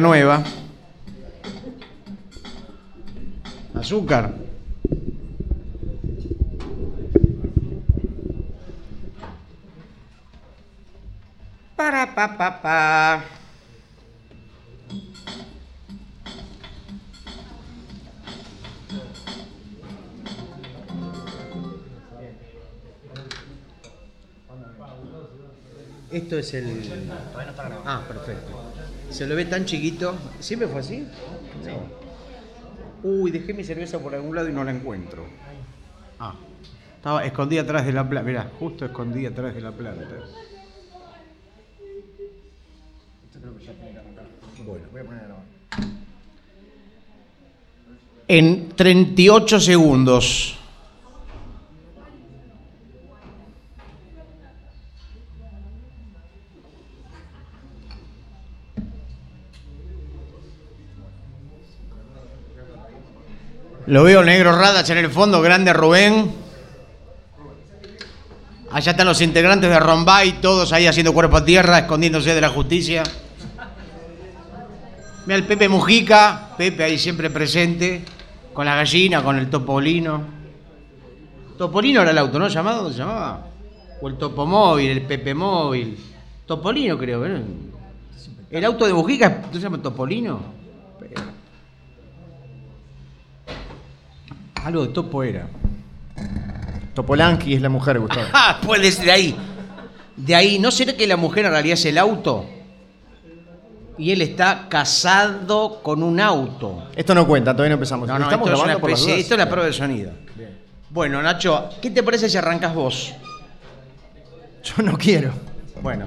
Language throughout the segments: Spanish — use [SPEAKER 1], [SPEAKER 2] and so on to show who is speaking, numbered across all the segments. [SPEAKER 1] nueva. Azúcar.
[SPEAKER 2] Para pa pa pa. Esto es el. Ah, perfecto. Se lo ve tan chiquito. ¿Siempre fue así? Uy, dejé mi cerveza por algún lado y no la encuentro.
[SPEAKER 1] Ah, estaba escondida atrás de la planta. Mirá, justo escondida atrás de la planta. En 38 segundos. Lo veo negro Radach en el fondo, grande Rubén. Allá están los integrantes de Rombay, todos ahí haciendo cuerpo a tierra, escondiéndose de la justicia. Mira el Pepe Mujica, Pepe ahí siempre presente, con la gallina, con el topolino. Topolino era el auto, ¿no? ¿Llamado? ¿Cómo se llamaba? O el topomóvil, el Pepe móvil. Topolino creo, ¿no? El auto de Mujica, ¿tú se llama Topolino? Algo de topo era.
[SPEAKER 3] Topolanqui es la mujer, Gustavo.
[SPEAKER 1] Ah, puede ser de ahí. De ahí, ¿no será que la mujer en realidad es el auto? Y él está casado con un auto.
[SPEAKER 3] Esto no cuenta, todavía no empezamos.
[SPEAKER 1] No, no, esto
[SPEAKER 3] ¿Estamos
[SPEAKER 1] es, una
[SPEAKER 3] grabando por las
[SPEAKER 1] especie-
[SPEAKER 3] dudas?
[SPEAKER 1] esto es la prueba de sonido. Bueno, Nacho, ¿qué te parece si arrancas vos?
[SPEAKER 3] Yo no quiero.
[SPEAKER 1] Bueno.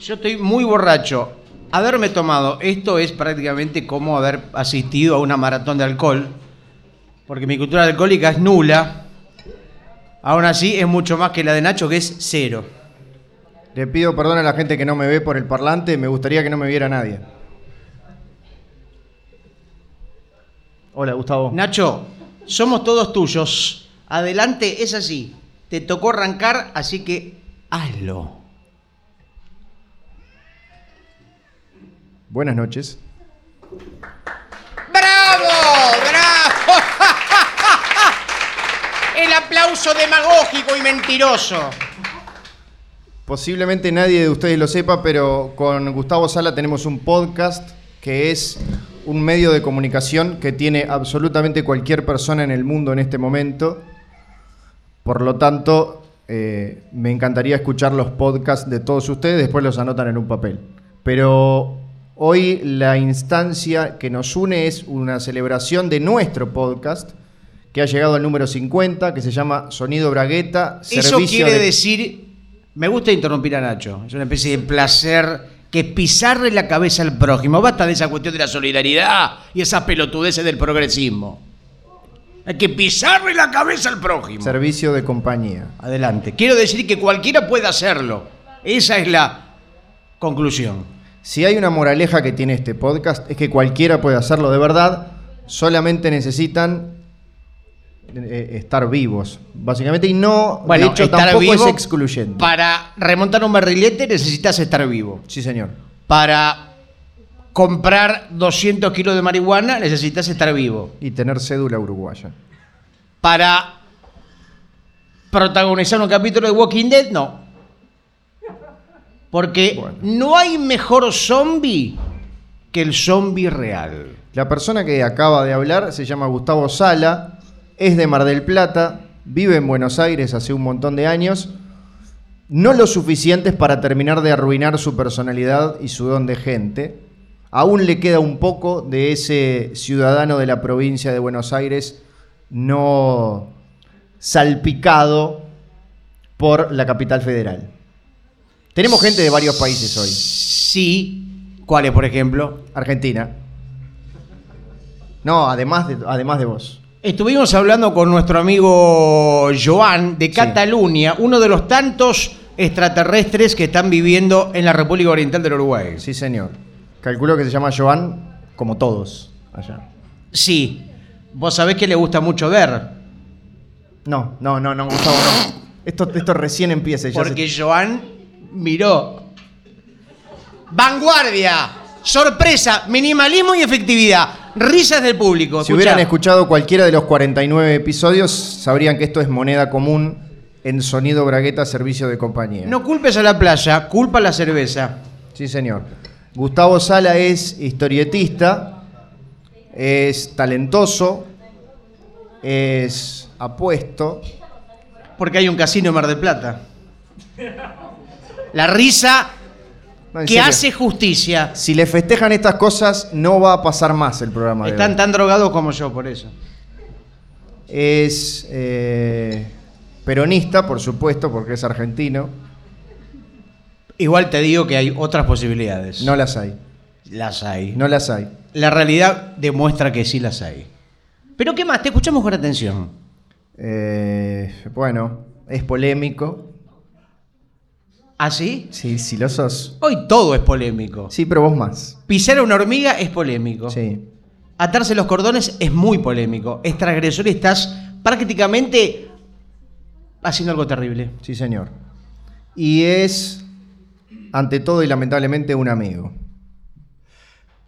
[SPEAKER 1] Yo estoy muy borracho. Haberme tomado, esto es prácticamente como haber asistido a una maratón de alcohol, porque mi cultura alcohólica es nula. Aún así, es mucho más que la de Nacho, que es cero.
[SPEAKER 3] Le pido perdón a la gente que no me ve por el parlante, me gustaría que no me viera nadie. Hola, Gustavo.
[SPEAKER 1] Nacho, somos todos tuyos. Adelante, es así. Te tocó arrancar, así que hazlo.
[SPEAKER 3] Buenas noches.
[SPEAKER 1] ¡Bravo! ¡Bravo! El aplauso demagógico y mentiroso.
[SPEAKER 3] Posiblemente nadie de ustedes lo sepa, pero con Gustavo Sala tenemos un podcast que es un medio de comunicación que tiene absolutamente cualquier persona en el mundo en este momento. Por lo tanto, eh, me encantaría escuchar los podcasts de todos ustedes, después los anotan en un papel. Pero hoy la instancia que nos une es una celebración de nuestro podcast que ha llegado al número 50, que se llama Sonido Bragueta.
[SPEAKER 1] Eso
[SPEAKER 3] servicio
[SPEAKER 1] quiere
[SPEAKER 3] de-
[SPEAKER 1] decir. Me gusta interrumpir a Nacho. Es una especie de placer que es pisarle la cabeza al prójimo. Basta de esa cuestión de la solidaridad y esas pelotudeces del progresismo. Hay que pisarle la cabeza al prójimo.
[SPEAKER 3] Servicio de compañía.
[SPEAKER 1] Adelante. Quiero decir que cualquiera puede hacerlo. Esa es la conclusión.
[SPEAKER 3] Si hay una moraleja que tiene este podcast es que cualquiera puede hacerlo de verdad, solamente necesitan eh, estar vivos, básicamente, y no,
[SPEAKER 1] Bueno,
[SPEAKER 3] de hecho,
[SPEAKER 1] estar
[SPEAKER 3] tampoco
[SPEAKER 1] vivo
[SPEAKER 3] es excluyente.
[SPEAKER 1] Para remontar un barrilete necesitas estar vivo.
[SPEAKER 3] Sí, señor.
[SPEAKER 1] Para comprar 200 kilos de marihuana necesitas estar vivo.
[SPEAKER 3] Y tener cédula uruguaya.
[SPEAKER 1] Para protagonizar un capítulo de Walking Dead, no. Porque
[SPEAKER 3] Bueno.
[SPEAKER 1] no hay mejor zombie que el zombie real.
[SPEAKER 3] La persona que acaba de hablar se llama Gustavo Sala, es de Mar del Plata, vive en Buenos Aires hace un montón de años, no lo suficientes para terminar de arruinar su personalidad y su don de gente. Aún le queda un poco de ese ciudadano de la provincia de Buenos Aires no salpicado por la capital federal. Tenemos gente de varios países hoy.
[SPEAKER 1] Sí. ¿Cuáles, por ejemplo?
[SPEAKER 3] Argentina. No, además de, además de vos.
[SPEAKER 1] Estuvimos hablando con nuestro amigo Joan de Cataluña, uno de los tantos extraterrestres que están viviendo en la República Oriental del Uruguay.
[SPEAKER 3] Sí, señor. Calculo que se llama Joan como todos allá.
[SPEAKER 1] Sí, vos sabés que le gusta mucho ver,
[SPEAKER 3] No, no, no, no, Gustavo, no. Esto, esto recién empieza. ya se-
[SPEAKER 1] porque Joan miró. ¡Vanguardia! Sorpresa, minimalismo y efectividad. Risas del público.
[SPEAKER 3] Si
[SPEAKER 1] Escuchá.
[SPEAKER 3] hubieran escuchado cualquiera de los 49 episodios, sabrían que esto es moneda común en sonido bragueta servicio de compañía.
[SPEAKER 1] No culpes a la playa, culpa a la cerveza.
[SPEAKER 3] Sí, señor. Gustavo Sala es historietista, es talentoso, es apuesto.
[SPEAKER 1] Porque hay un casino en Mar del Plata. La risa
[SPEAKER 3] No, en
[SPEAKER 1] que
[SPEAKER 3] serio.
[SPEAKER 1] hace justicia.
[SPEAKER 3] Si le festejan estas cosas, no va a pasar más el programa. de
[SPEAKER 1] Están
[SPEAKER 3] hoy.
[SPEAKER 1] tan drogados como yo por eso.
[SPEAKER 3] Es eh, peronista, por supuesto, porque es argentino.
[SPEAKER 1] Igual te digo que hay otras posibilidades.
[SPEAKER 3] No las hay,
[SPEAKER 1] las hay.
[SPEAKER 3] no las hay.
[SPEAKER 1] La realidad demuestra que sí las hay. Pero ¿qué más? Te escuchamos con atención.
[SPEAKER 3] Eh, bueno, es polémico.
[SPEAKER 1] ¿Ah, sí?
[SPEAKER 3] Sí, sí lo sos.
[SPEAKER 1] Hoy todo es polémico.
[SPEAKER 3] Sí, pero vos más.
[SPEAKER 1] Pisar a una hormiga es polémico.
[SPEAKER 3] Sí.
[SPEAKER 1] Atarse los cordones es muy polémico. Es transgresor y estás prácticamente haciendo algo terrible.
[SPEAKER 3] Sí, señor. Y es, ante todo y lamentablemente, un amigo.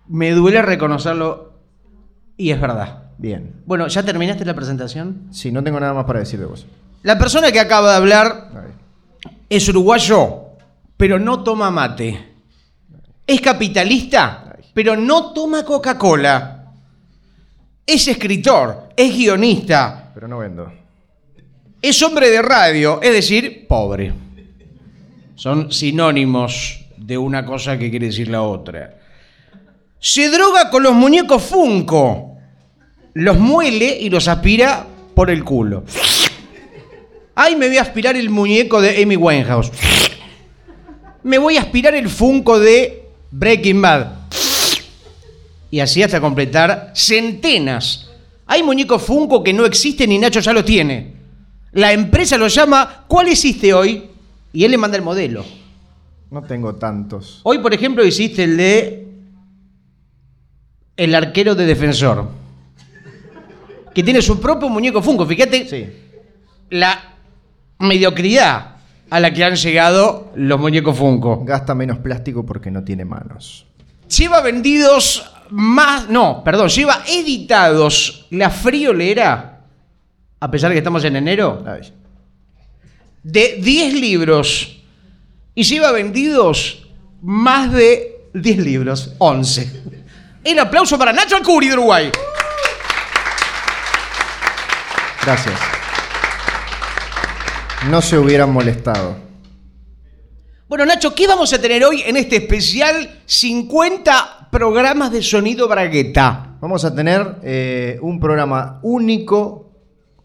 [SPEAKER 1] Me duele reconocerlo y es verdad.
[SPEAKER 3] Bien.
[SPEAKER 1] Bueno, ¿ya terminaste la presentación?
[SPEAKER 3] Sí, no tengo nada más para decir de vos.
[SPEAKER 1] La persona que acaba de hablar
[SPEAKER 3] A ver.
[SPEAKER 1] es uruguayo, pero no toma mate. Es capitalista, pero no toma Coca-Cola. Es escritor, es guionista,
[SPEAKER 3] Pero no vendo.
[SPEAKER 1] es hombre de radio, es decir, pobre. Son sinónimos de una cosa que quiere decir la otra. Se droga con los muñecos Funko, los muele y los aspira por el culo. Ay, me voy a aspirar el muñeco de Amy Winehouse. Me voy a aspirar el Funko de Breaking Bad. Y así hasta completar centenas. Hay muñecos Funko que no existen y Nacho ya los tiene. La empresa lo llama ¿Cuál hiciste hoy? Y él le manda el modelo.
[SPEAKER 3] No tengo tantos.
[SPEAKER 1] Hoy, por ejemplo, hiciste el de el arquero de defensor. Que tiene su propio muñeco Funko. Fíjate
[SPEAKER 3] Sí.
[SPEAKER 1] la mediocridad a la que han llegado los muñecos Funko.
[SPEAKER 3] Gasta menos plástico porque no tiene manos.
[SPEAKER 1] Lleva vendidos más. No, perdón, lleva editados la friolera, a pesar de que estamos en enero,
[SPEAKER 3] Ay.
[SPEAKER 1] de 10 libros. Y lleva vendidos más de 10 libros, 11. El aplauso para Nacho Alcuri de Uruguay.
[SPEAKER 3] Gracias. No se hubieran molestado.
[SPEAKER 1] Bueno, Nacho, ¿qué vamos a tener hoy en este especial 50 programas de sonido bragueta?
[SPEAKER 3] Vamos a tener eh, un programa único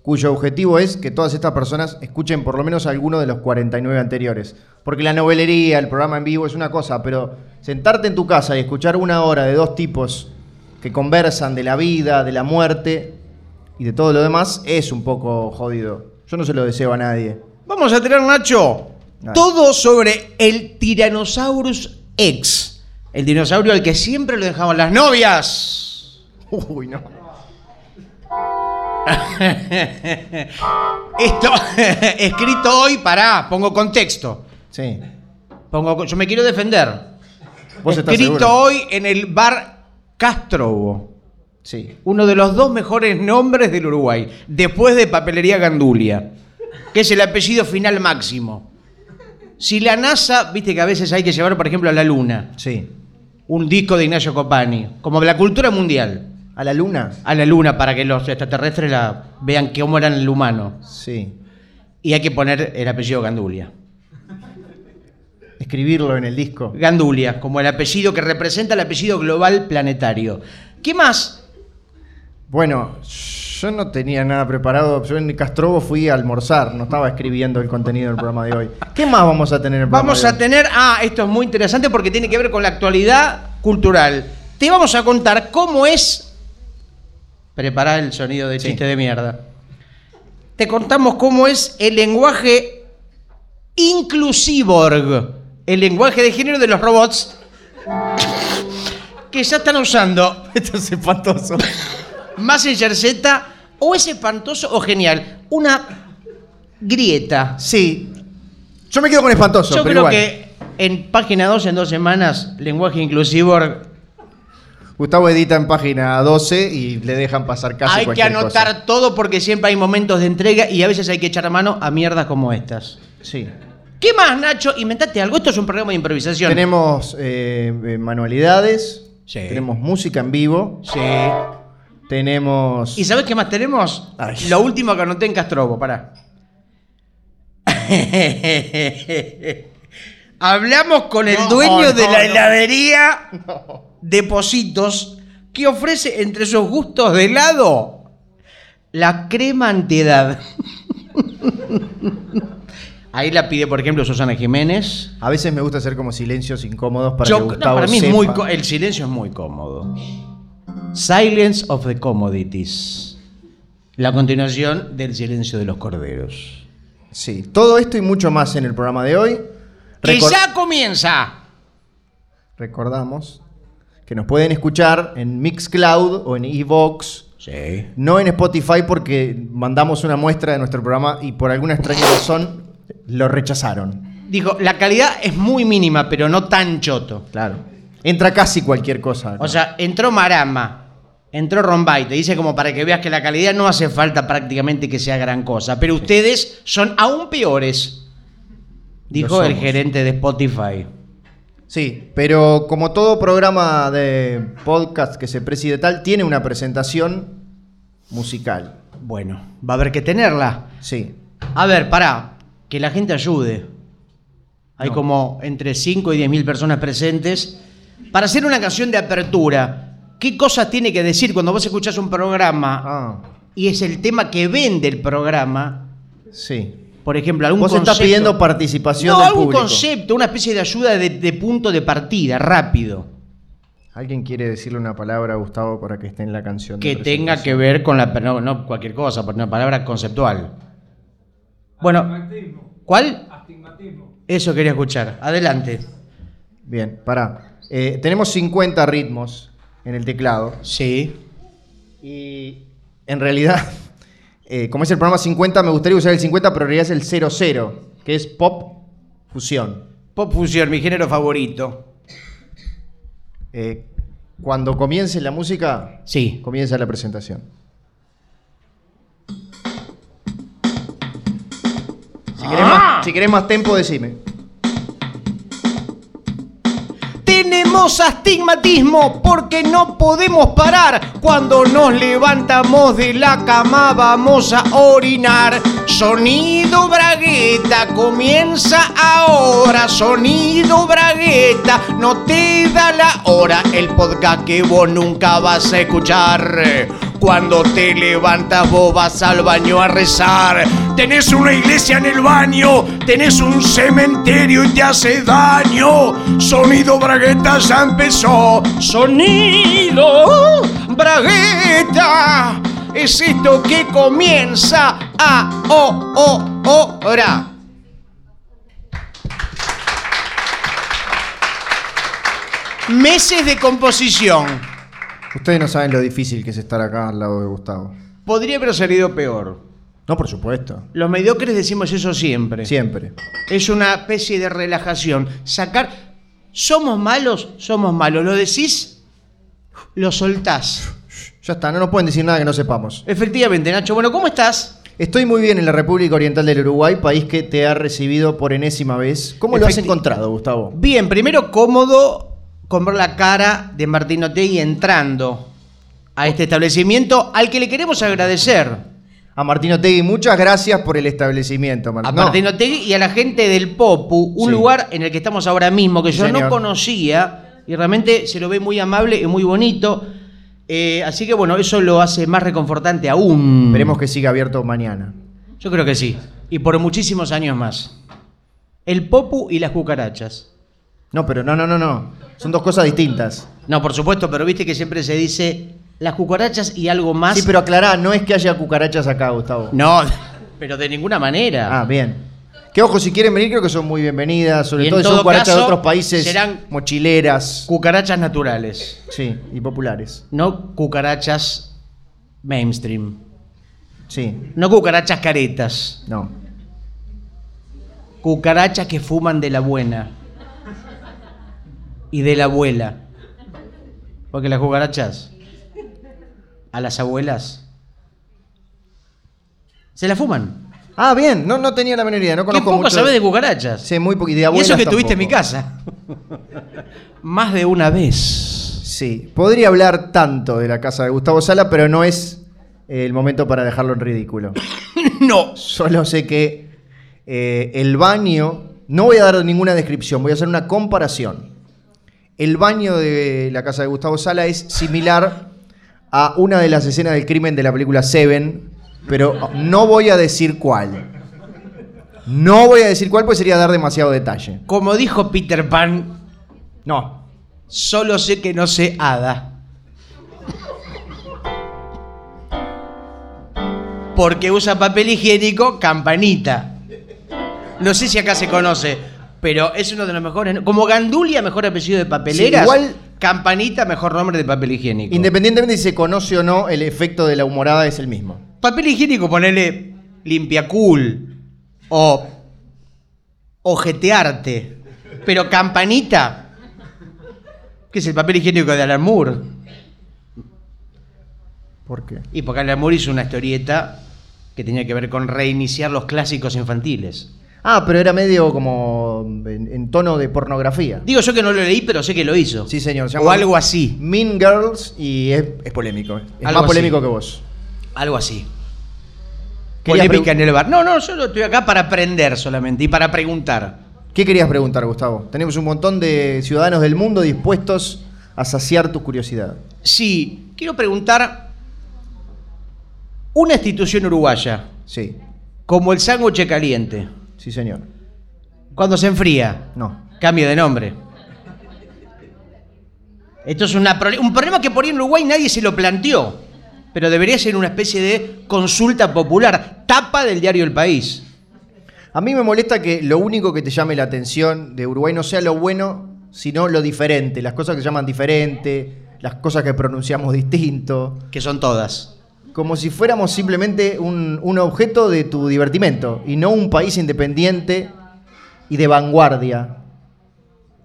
[SPEAKER 3] cuyo objetivo es que todas estas personas escuchen por lo menos alguno de los 49 anteriores. Porque la novelería, el programa en vivo es una cosa, pero sentarte en tu casa y escuchar una hora de dos tipos que conversan de la vida, de la muerte y de todo lo demás es un poco jodido. Yo no se lo deseo a nadie.
[SPEAKER 1] Vamos a tener, Nacho,
[SPEAKER 3] Dale.
[SPEAKER 1] todo sobre el Tyrannosaurus X. El dinosaurio al que siempre lo dejaban las novias.
[SPEAKER 3] Uy, no.
[SPEAKER 1] Esto, escrito hoy, pará, pongo contexto.
[SPEAKER 3] Sí.
[SPEAKER 1] Pongo, con- yo me quiero defender.
[SPEAKER 3] ¿Vos estás
[SPEAKER 1] escrito
[SPEAKER 3] seguro?
[SPEAKER 1] hoy en el bar Castro,
[SPEAKER 3] Sí.
[SPEAKER 1] uno de los dos mejores nombres del Uruguay, después de Papelería Gandulia, que es el apellido final máximo. Si la NASA, viste que a veces hay que llevar, por ejemplo, a la Luna,
[SPEAKER 3] Sí.
[SPEAKER 1] un disco de Ignacio Copani, como la cultura mundial,
[SPEAKER 3] ¿A la luna?
[SPEAKER 1] a la Luna para que los extraterrestres la, vean cómo eran el humano.
[SPEAKER 3] Sí.
[SPEAKER 1] Y hay que poner el apellido Gandulia.
[SPEAKER 3] Escribirlo en el disco.
[SPEAKER 1] Gandulia, como el apellido que representa el apellido global planetario. ¿Qué más?
[SPEAKER 3] Bueno, yo no tenía nada preparado. Yo en Castrobo fui a almorzar, no estaba escribiendo el contenido del programa de hoy. ¿Qué más vamos a tener en el programa
[SPEAKER 1] Vamos
[SPEAKER 3] de
[SPEAKER 1] a
[SPEAKER 3] hoy?
[SPEAKER 1] tener. Ah, esto es muy interesante porque tiene que ver con la actualidad cultural. Te vamos a contar cómo es. Preparar el sonido de
[SPEAKER 3] Sí.
[SPEAKER 1] chiste de mierda. Te contamos cómo es el lenguaje inclusivorg, el lenguaje de género de los robots que ya están usando
[SPEAKER 3] Esto es espantoso.
[SPEAKER 1] Messenger Z o es espantoso o genial. Una grieta.
[SPEAKER 3] Sí. Yo me quedo con espantoso,
[SPEAKER 1] Yo
[SPEAKER 3] pero
[SPEAKER 1] creo
[SPEAKER 3] igual.
[SPEAKER 1] que en página 2, en dos semanas, lenguaje inclusivo
[SPEAKER 3] Gustavo edita en página 12 y le dejan pasar casi
[SPEAKER 1] hay que
[SPEAKER 3] cualquier
[SPEAKER 1] anotar
[SPEAKER 3] cosa.
[SPEAKER 1] todo porque siempre hay momentos de entrega y a veces hay que echar mano a mierdas como estas.
[SPEAKER 3] Sí.
[SPEAKER 1] ¿Qué más, Nacho? Inventate algo. Esto es un programa de improvisación.
[SPEAKER 3] Tenemos eh, eh, manualidades,
[SPEAKER 1] Sí.
[SPEAKER 3] tenemos música en vivo,
[SPEAKER 1] Sí.
[SPEAKER 3] tenemos...
[SPEAKER 1] ¿Y sabes qué más tenemos?
[SPEAKER 3] Ay.
[SPEAKER 1] Lo último que anoté en Castrobo, pará. Hablamos con el
[SPEAKER 3] No,
[SPEAKER 1] dueño de
[SPEAKER 3] no,
[SPEAKER 1] la
[SPEAKER 3] no.
[SPEAKER 1] heladería Depositos que ofrece entre sus gustos de helado la crema antiedad. Ahí la pide, por ejemplo, Susana Jiménez.
[SPEAKER 3] A veces me gusta hacer como silencios incómodos para
[SPEAKER 1] Yo-
[SPEAKER 3] que
[SPEAKER 1] no,
[SPEAKER 3] Gustavo
[SPEAKER 1] para mí es
[SPEAKER 3] sepa.
[SPEAKER 1] muy co- el silencio es muy cómodo. Silence of the Commodities. La continuación del silencio de los corderos.
[SPEAKER 3] Sí, todo esto y mucho más en el programa de hoy.
[SPEAKER 1] Que
[SPEAKER 3] Recor-
[SPEAKER 1] ya comienza.
[SPEAKER 3] Recordamos que nos pueden escuchar en Mixcloud o en Evox,
[SPEAKER 1] Sí.
[SPEAKER 3] no en Spotify porque mandamos una muestra de nuestro programa y por alguna extraña razón lo rechazaron.
[SPEAKER 1] Dijo, la calidad es muy mínima, pero no tan choto.
[SPEAKER 3] Claro. Entra casi cualquier cosa. acá.
[SPEAKER 1] O sea, entró Marama, entró Rombay, te dice como para que veas que la calidad no hace falta prácticamente que sea gran cosa, pero ustedes son aún peores, dijo
[SPEAKER 3] Lo
[SPEAKER 1] el
[SPEAKER 3] somos.
[SPEAKER 1] gerente de Spotify.
[SPEAKER 3] Sí, pero como todo programa de podcast que se preside tal, tiene una presentación musical.
[SPEAKER 1] Bueno, va a haber que tenerla.
[SPEAKER 3] Sí.
[SPEAKER 1] A ver, pará, que la gente ayude. Hay
[SPEAKER 3] No.
[SPEAKER 1] como entre 5 y 10 mil personas presentes. Para hacer una canción de apertura, ¿qué cosas tiene que decir cuando vos escuchás un programa
[SPEAKER 3] Ah,
[SPEAKER 1] y es el tema que vende el programa?
[SPEAKER 3] sí.
[SPEAKER 1] Por ejemplo, algún
[SPEAKER 3] Vos estás
[SPEAKER 1] concepto-
[SPEAKER 3] pidiendo participación
[SPEAKER 1] No,
[SPEAKER 3] del
[SPEAKER 1] algún
[SPEAKER 3] público.
[SPEAKER 1] concepto, una especie de ayuda de, de punto de partida, rápido,
[SPEAKER 3] ¿Alguien quiere decirle una palabra a Gustavo para que esté en la canción? de
[SPEAKER 1] que tenga que ver con la... No, no cualquier cosa, por una palabra conceptual. Bueno, ¿cuál? Eso quería escuchar. Adelante.
[SPEAKER 3] presentación? Bien, pará. Eh, tenemos 50 ritmos en el teclado.
[SPEAKER 1] Sí.
[SPEAKER 3] Y en realidad, eh, como es el programa 50, me gustaría usar el 50, pero en realidad es el 00, que es pop fusión.
[SPEAKER 1] Pop fusión, mi género favorito.
[SPEAKER 3] Eh, cuando comience la música,
[SPEAKER 1] Sí.
[SPEAKER 3] comienza la presentación. Si querés, más, si querés más tempo, decime.
[SPEAKER 1] Tenemos astigmatismo porque no podemos parar. Cuando nos levantamos de la cama vamos a orinar. Sonido bragueta comienza ahora. Sonido bragueta no te da la hora. El podcast que vos nunca vas a escuchar. Cuando te levantas vos vas al baño a rezar. Tenés una iglesia en el baño, tenés un cementerio y te hace daño. Sonido Bragueta ya empezó. Sonido Bragueta es esto que comienza a o o hora. Meses de composición.
[SPEAKER 3] Ustedes no saben lo difícil que es estar acá al lado de Gustavo.
[SPEAKER 1] Podría haber salido peor.
[SPEAKER 3] No, por supuesto.
[SPEAKER 1] Los mediocres decimos eso siempre.
[SPEAKER 3] Siempre.
[SPEAKER 1] Es una especie de relajación. Sacar. Somos malos, somos malos. Lo decís, lo soltás.
[SPEAKER 3] Ya está, no nos pueden decir nada que no sepamos.
[SPEAKER 1] Efectivamente, Nacho. Bueno, ¿cómo estás?
[SPEAKER 3] Estoy muy bien en la República Oriental del Uruguay, país que te ha recibido por enésima vez. ¿Cómo lo has
[SPEAKER 1] Efecti- Mm.
[SPEAKER 3] encontrado, Gustavo?
[SPEAKER 1] Bien, primero cómodo con ver la cara de Martín Otegui entrando a este establecimiento al que le queremos agradecer.
[SPEAKER 3] A Martín Otegui, muchas gracias por el establecimiento,
[SPEAKER 1] A
[SPEAKER 3] Martín. No,
[SPEAKER 1] Martín Otegui y a la gente del Popu, un
[SPEAKER 3] Sí.
[SPEAKER 1] lugar en el que estamos ahora mismo, que yo no
[SPEAKER 3] Señor.
[SPEAKER 1] conocía y realmente se lo ve muy amable y muy bonito. Eh, así que bueno, eso lo hace más reconfortante aún.
[SPEAKER 3] Esperemos que siga abierto mañana.
[SPEAKER 1] Yo creo que sí. Y por muchísimos años más. El Popu y las cucarachas.
[SPEAKER 3] No, pero no, no, no, no. Son dos cosas distintas.
[SPEAKER 1] No, por supuesto, pero viste que siempre se dice las cucarachas y algo más.
[SPEAKER 3] Sí, pero aclará, no es que haya cucarachas acá, Gustavo.
[SPEAKER 1] No, pero de ninguna manera.
[SPEAKER 3] Ah, bien. Que ojo, si quieren venir, creo que son muy bienvenidas, sobre
[SPEAKER 1] Y en
[SPEAKER 3] todo si son
[SPEAKER 1] todo
[SPEAKER 3] cucarachas de
[SPEAKER 1] caso,
[SPEAKER 3] otros países,
[SPEAKER 1] serán-
[SPEAKER 3] mochileras,
[SPEAKER 1] Cucarachas naturales.
[SPEAKER 3] sí, y populares.
[SPEAKER 1] No cucarachas mainstream.
[SPEAKER 3] Sí,
[SPEAKER 1] No cucarachas caretas.
[SPEAKER 3] no.
[SPEAKER 1] Cucarachas que fuman de la buena. Y de la abuela. Porque las cucarachas a las abuelas se las fuman.
[SPEAKER 3] Ah, bien, no, no tenía la menor idea, no
[SPEAKER 1] ¿Qué
[SPEAKER 3] conozco
[SPEAKER 1] poco
[SPEAKER 3] mucho.
[SPEAKER 1] sabés de cucarachas?
[SPEAKER 3] Sí, muy poquito. Y, de
[SPEAKER 1] y
[SPEAKER 3] abuelas
[SPEAKER 1] eso que tuviste en mi
[SPEAKER 3] tampoco.
[SPEAKER 1] casa. Más de una vez.
[SPEAKER 3] Sí, podría hablar tanto de la casa de Gustavo Sala, pero no es eh, el momento para dejarlo en ridículo.
[SPEAKER 1] No.
[SPEAKER 3] Solo sé que eh, el baño, no voy a dar ninguna descripción, voy a hacer una comparación. El baño de la casa de Gustavo Sala es similar a una de las escenas del crimen de la película Seven, pero no voy a decir cuál. No voy a decir cuál, pues sería dar demasiado detalle.
[SPEAKER 1] Como dijo Peter Pan,
[SPEAKER 3] No.
[SPEAKER 1] solo sé que no sé hada. Porque usa papel higiénico, campanita. No sé si acá se conoce, pero es uno de los mejores. Como Gandulia, mejor apellido de papeleras.
[SPEAKER 3] Sí, igual-
[SPEAKER 1] Campanita, mejor nombre de papel higiénico.
[SPEAKER 3] Independientemente si se conoce o no, el efecto de la humorada es el mismo.
[SPEAKER 1] Papel higiénico, ponele limpiacool o ojetearte. Pero campanita, que es el papel higiénico de Alan Moore.
[SPEAKER 3] ¿Por qué?
[SPEAKER 1] Y porque Alan Moore hizo una historieta que tenía que ver con reiniciar los clásicos infantiles.
[SPEAKER 3] Ah, pero era medio como en, en tono de pornografía.
[SPEAKER 1] Digo yo que no lo leí, pero sé que lo hizo.
[SPEAKER 3] Sí, señor. se
[SPEAKER 1] o
[SPEAKER 3] llama
[SPEAKER 1] algo así.
[SPEAKER 3] Mean Girls y es, es polémico. Es
[SPEAKER 1] Algo
[SPEAKER 3] más polémico
[SPEAKER 1] así.
[SPEAKER 3] que vos.
[SPEAKER 1] Algo así.
[SPEAKER 3] Quería
[SPEAKER 1] Polémica
[SPEAKER 3] pregun-
[SPEAKER 1] en el bar. No, no, yo no estoy acá para aprender solamente y para preguntar.
[SPEAKER 3] ¿Qué querías preguntar, Gustavo? Tenemos un montón de ciudadanos del mundo dispuestos a saciar tu curiosidad.
[SPEAKER 1] Sí, quiero preguntar una institución uruguaya,
[SPEAKER 3] Sí,
[SPEAKER 1] como el sándwich caliente,
[SPEAKER 3] sí, señor.
[SPEAKER 1] cuando se enfría,
[SPEAKER 3] No.
[SPEAKER 1] cambia de nombre. Esto es una prole- un problema que por ahí en Uruguay nadie se lo planteó, pero debería ser una especie de consulta popular, tapa del diario El País.
[SPEAKER 3] A mí me molesta que lo único que te llame la atención de Uruguay no sea lo bueno, sino lo diferente. Las cosas que llaman diferente, las cosas que pronunciamos distinto.
[SPEAKER 1] Que son todas.
[SPEAKER 3] Como si fuéramos simplemente un, un objeto de tu divertimento y no un país independiente y de vanguardia.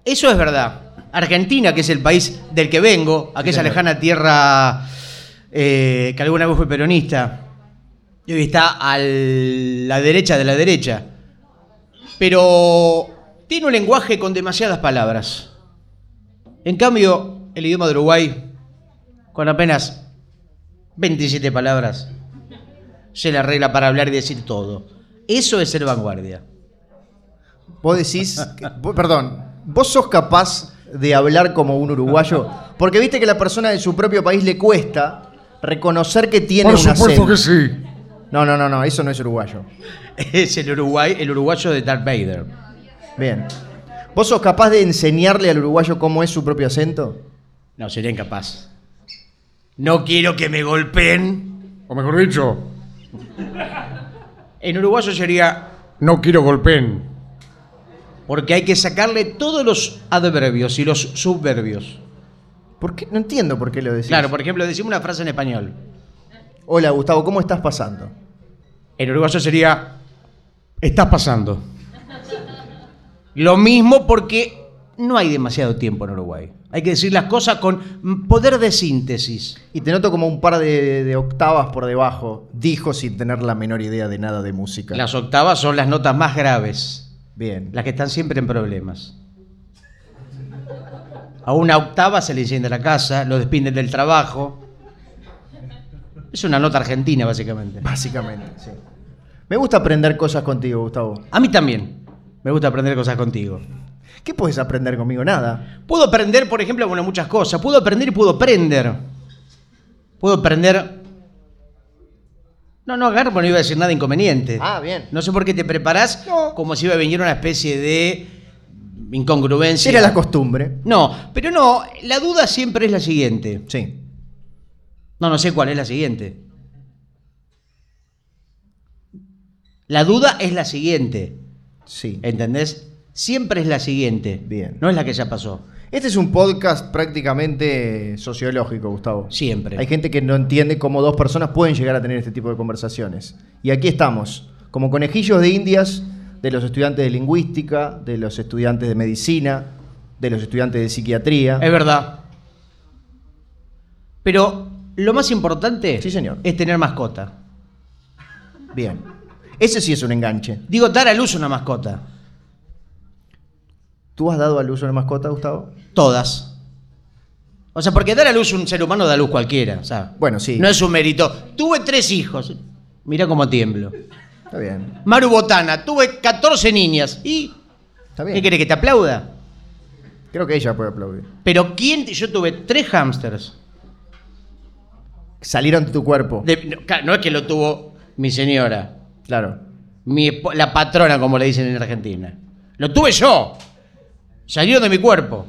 [SPEAKER 1] Eso es verdad. Argentina, que es el país del que vengo, aquella
[SPEAKER 3] señor.
[SPEAKER 1] lejana tierra eh, que alguna vez fue peronista, y hoy está a la derecha de la derecha, pero tiene un lenguaje con demasiadas palabras. En cambio, el idioma de Uruguay, con apenas 27 palabras, se le arregla para hablar y decir todo. Eso es ser vanguardia.
[SPEAKER 3] Vos decís, que- vos- perdón, vos sos capaz de hablar como un uruguayo, porque viste que a la persona de su propio país le cuesta reconocer que tiene un acento.
[SPEAKER 2] sí.
[SPEAKER 3] No, no, no, no, eso no es uruguayo.
[SPEAKER 1] Es el Uruguay, el uruguayo de Darth Vader.
[SPEAKER 3] Bien. ¿Vos sos capaz de enseñarle al uruguayo cómo es su propio acento?
[SPEAKER 1] No, sería incapaz. No quiero que me golpeen.
[SPEAKER 2] O mejor dicho,
[SPEAKER 1] En uruguayo sería
[SPEAKER 2] no quiero golpeen.
[SPEAKER 1] porque hay que sacarle todos los adverbios y los subverbios.
[SPEAKER 3] ¿Por qué? No entiendo por qué lo decís.
[SPEAKER 1] Claro, por ejemplo, decimos una frase en español.
[SPEAKER 3] Hola, Gustavo, ¿cómo estás pasando?
[SPEAKER 1] En uruguayo sería estás pasando. Lo mismo porque no hay demasiado tiempo en Uruguay. Hay que decir las cosas con poder de síntesis.
[SPEAKER 3] Y te noto como un par de, de octavas por debajo. Dijo sin tener la menor idea de nada de música.
[SPEAKER 1] Las octavas son las notas más graves.
[SPEAKER 3] Bien.
[SPEAKER 1] las que están siempre en problemas. A una octava se le incendia la casa, lo despiden del trabajo. Es una nota argentina, básicamente.
[SPEAKER 3] Básicamente, sí. Me gusta aprender cosas contigo, Gustavo.
[SPEAKER 1] A mí también. Me gusta aprender cosas contigo.
[SPEAKER 3] ¿Qué puedes aprender conmigo? Nada.
[SPEAKER 1] Puedo aprender, por ejemplo, bueno, muchas cosas. Puedo aprender y puedo aprender. Puedo aprender... No, no, Garbo no iba a decir nada inconveniente.
[SPEAKER 3] Ah, bien.
[SPEAKER 1] No sé por qué te preparás
[SPEAKER 3] No.
[SPEAKER 1] como si iba a venir una especie de incongruencia.
[SPEAKER 3] Era la costumbre.
[SPEAKER 1] No, pero no, la duda siempre es la siguiente.
[SPEAKER 3] Sí.
[SPEAKER 1] No, no sé cuál es la siguiente. La duda es la siguiente,
[SPEAKER 3] Sí.
[SPEAKER 1] ¿entendés? Siempre es la siguiente.
[SPEAKER 3] Bien.
[SPEAKER 1] No es la que ya pasó.
[SPEAKER 3] Este es un podcast prácticamente sociológico, Gustavo.
[SPEAKER 1] Siempre.
[SPEAKER 3] Hay gente que no entiende cómo dos personas pueden llegar a tener este tipo de conversaciones. Y aquí estamos, como conejillos de indias de los estudiantes de lingüística, de
[SPEAKER 1] Eh.
[SPEAKER 3] los estudiantes de medicina, de los estudiantes de psiquiatría.
[SPEAKER 1] Es verdad. Pero lo más importante
[SPEAKER 3] Sí, señor.
[SPEAKER 1] es tener mascota.
[SPEAKER 3] Bien. Ese sí es un enganche.
[SPEAKER 1] Digo, dar a luz una mascota.
[SPEAKER 3] ¿Tú has dado a luz una mascota, Gustavo?
[SPEAKER 1] Todas. O sea, porque dar a luz un ser humano da a luz cualquiera. o sea,
[SPEAKER 3] Bueno, sí.
[SPEAKER 1] No es un mérito. Tuve tres hijos. Mirá cómo tiemblo.
[SPEAKER 3] Está bien.
[SPEAKER 1] Maru Botana, tuve 14 niñas. ¿Y
[SPEAKER 3] Está
[SPEAKER 1] qué
[SPEAKER 3] bien.
[SPEAKER 1] querés que te aplauda?
[SPEAKER 3] Creo que ella puede aplaudir.
[SPEAKER 1] Pero quién. Yo tuve tres hámsters.
[SPEAKER 3] Salieron de tu cuerpo.
[SPEAKER 1] De- no, claro, no es que lo tuvo mi señora.
[SPEAKER 3] Claro.
[SPEAKER 1] mi esp- la patrona, como le dicen en Argentina. Lo tuve yo. Salió de mi cuerpo.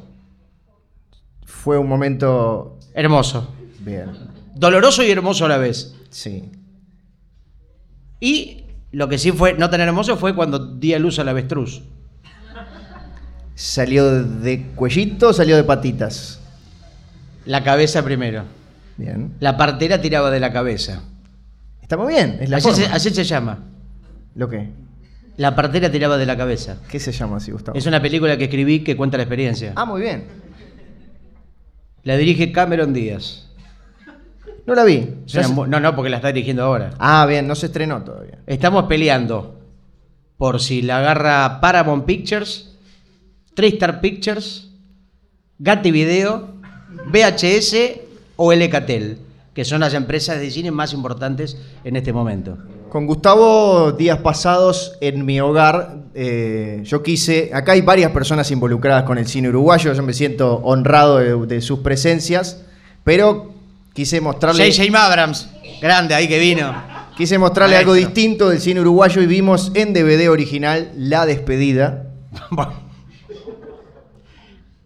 [SPEAKER 3] Fue un momento.
[SPEAKER 1] Hermoso.
[SPEAKER 3] Bien.
[SPEAKER 1] Doloroso y hermoso a la vez.
[SPEAKER 3] Sí.
[SPEAKER 1] Y lo que sí fue no tan hermoso fue cuando di a luz al avestruz.
[SPEAKER 3] ¿Salió de cuellito o salió de patitas?
[SPEAKER 1] La cabeza primero.
[SPEAKER 3] Bien.
[SPEAKER 1] La partera tiraba de la cabeza.
[SPEAKER 3] Está muy bien. Es la
[SPEAKER 1] Así se,
[SPEAKER 3] forma.
[SPEAKER 1] así se llama.
[SPEAKER 3] ¿Lo qué?
[SPEAKER 1] La partera tiraba de la cabeza.
[SPEAKER 3] ¿Qué se llama así, Gustavo?
[SPEAKER 1] Es una película que escribí que cuenta la experiencia.
[SPEAKER 3] Ah, muy bien.
[SPEAKER 1] La dirige Cameron Díaz.
[SPEAKER 3] No la vi.
[SPEAKER 1] Es una
[SPEAKER 3] Ya se-
[SPEAKER 1] mu- No, no, porque la está dirigiendo ahora.
[SPEAKER 3] Ah, bien, no se estrenó todavía.
[SPEAKER 1] Estamos peleando por si la agarra Paramount Pictures, Tristar Pictures, Gatti Video, VHS o LKTEL, que son las empresas de cine más importantes en este momento.
[SPEAKER 3] Con Gustavo, días pasados en mi hogar, eh, yo quise. Acá hay varias personas involucradas con el cine uruguayo, yo me siento honrado de, de sus presencias, pero quise mostrarle,
[SPEAKER 1] J.J. Abrams, grande ahí que vino.
[SPEAKER 3] quise mostrarle
[SPEAKER 1] Maestro.
[SPEAKER 3] algo distinto del cine uruguayo y vimos en DVD original La Despedida.
[SPEAKER 1] Bueno.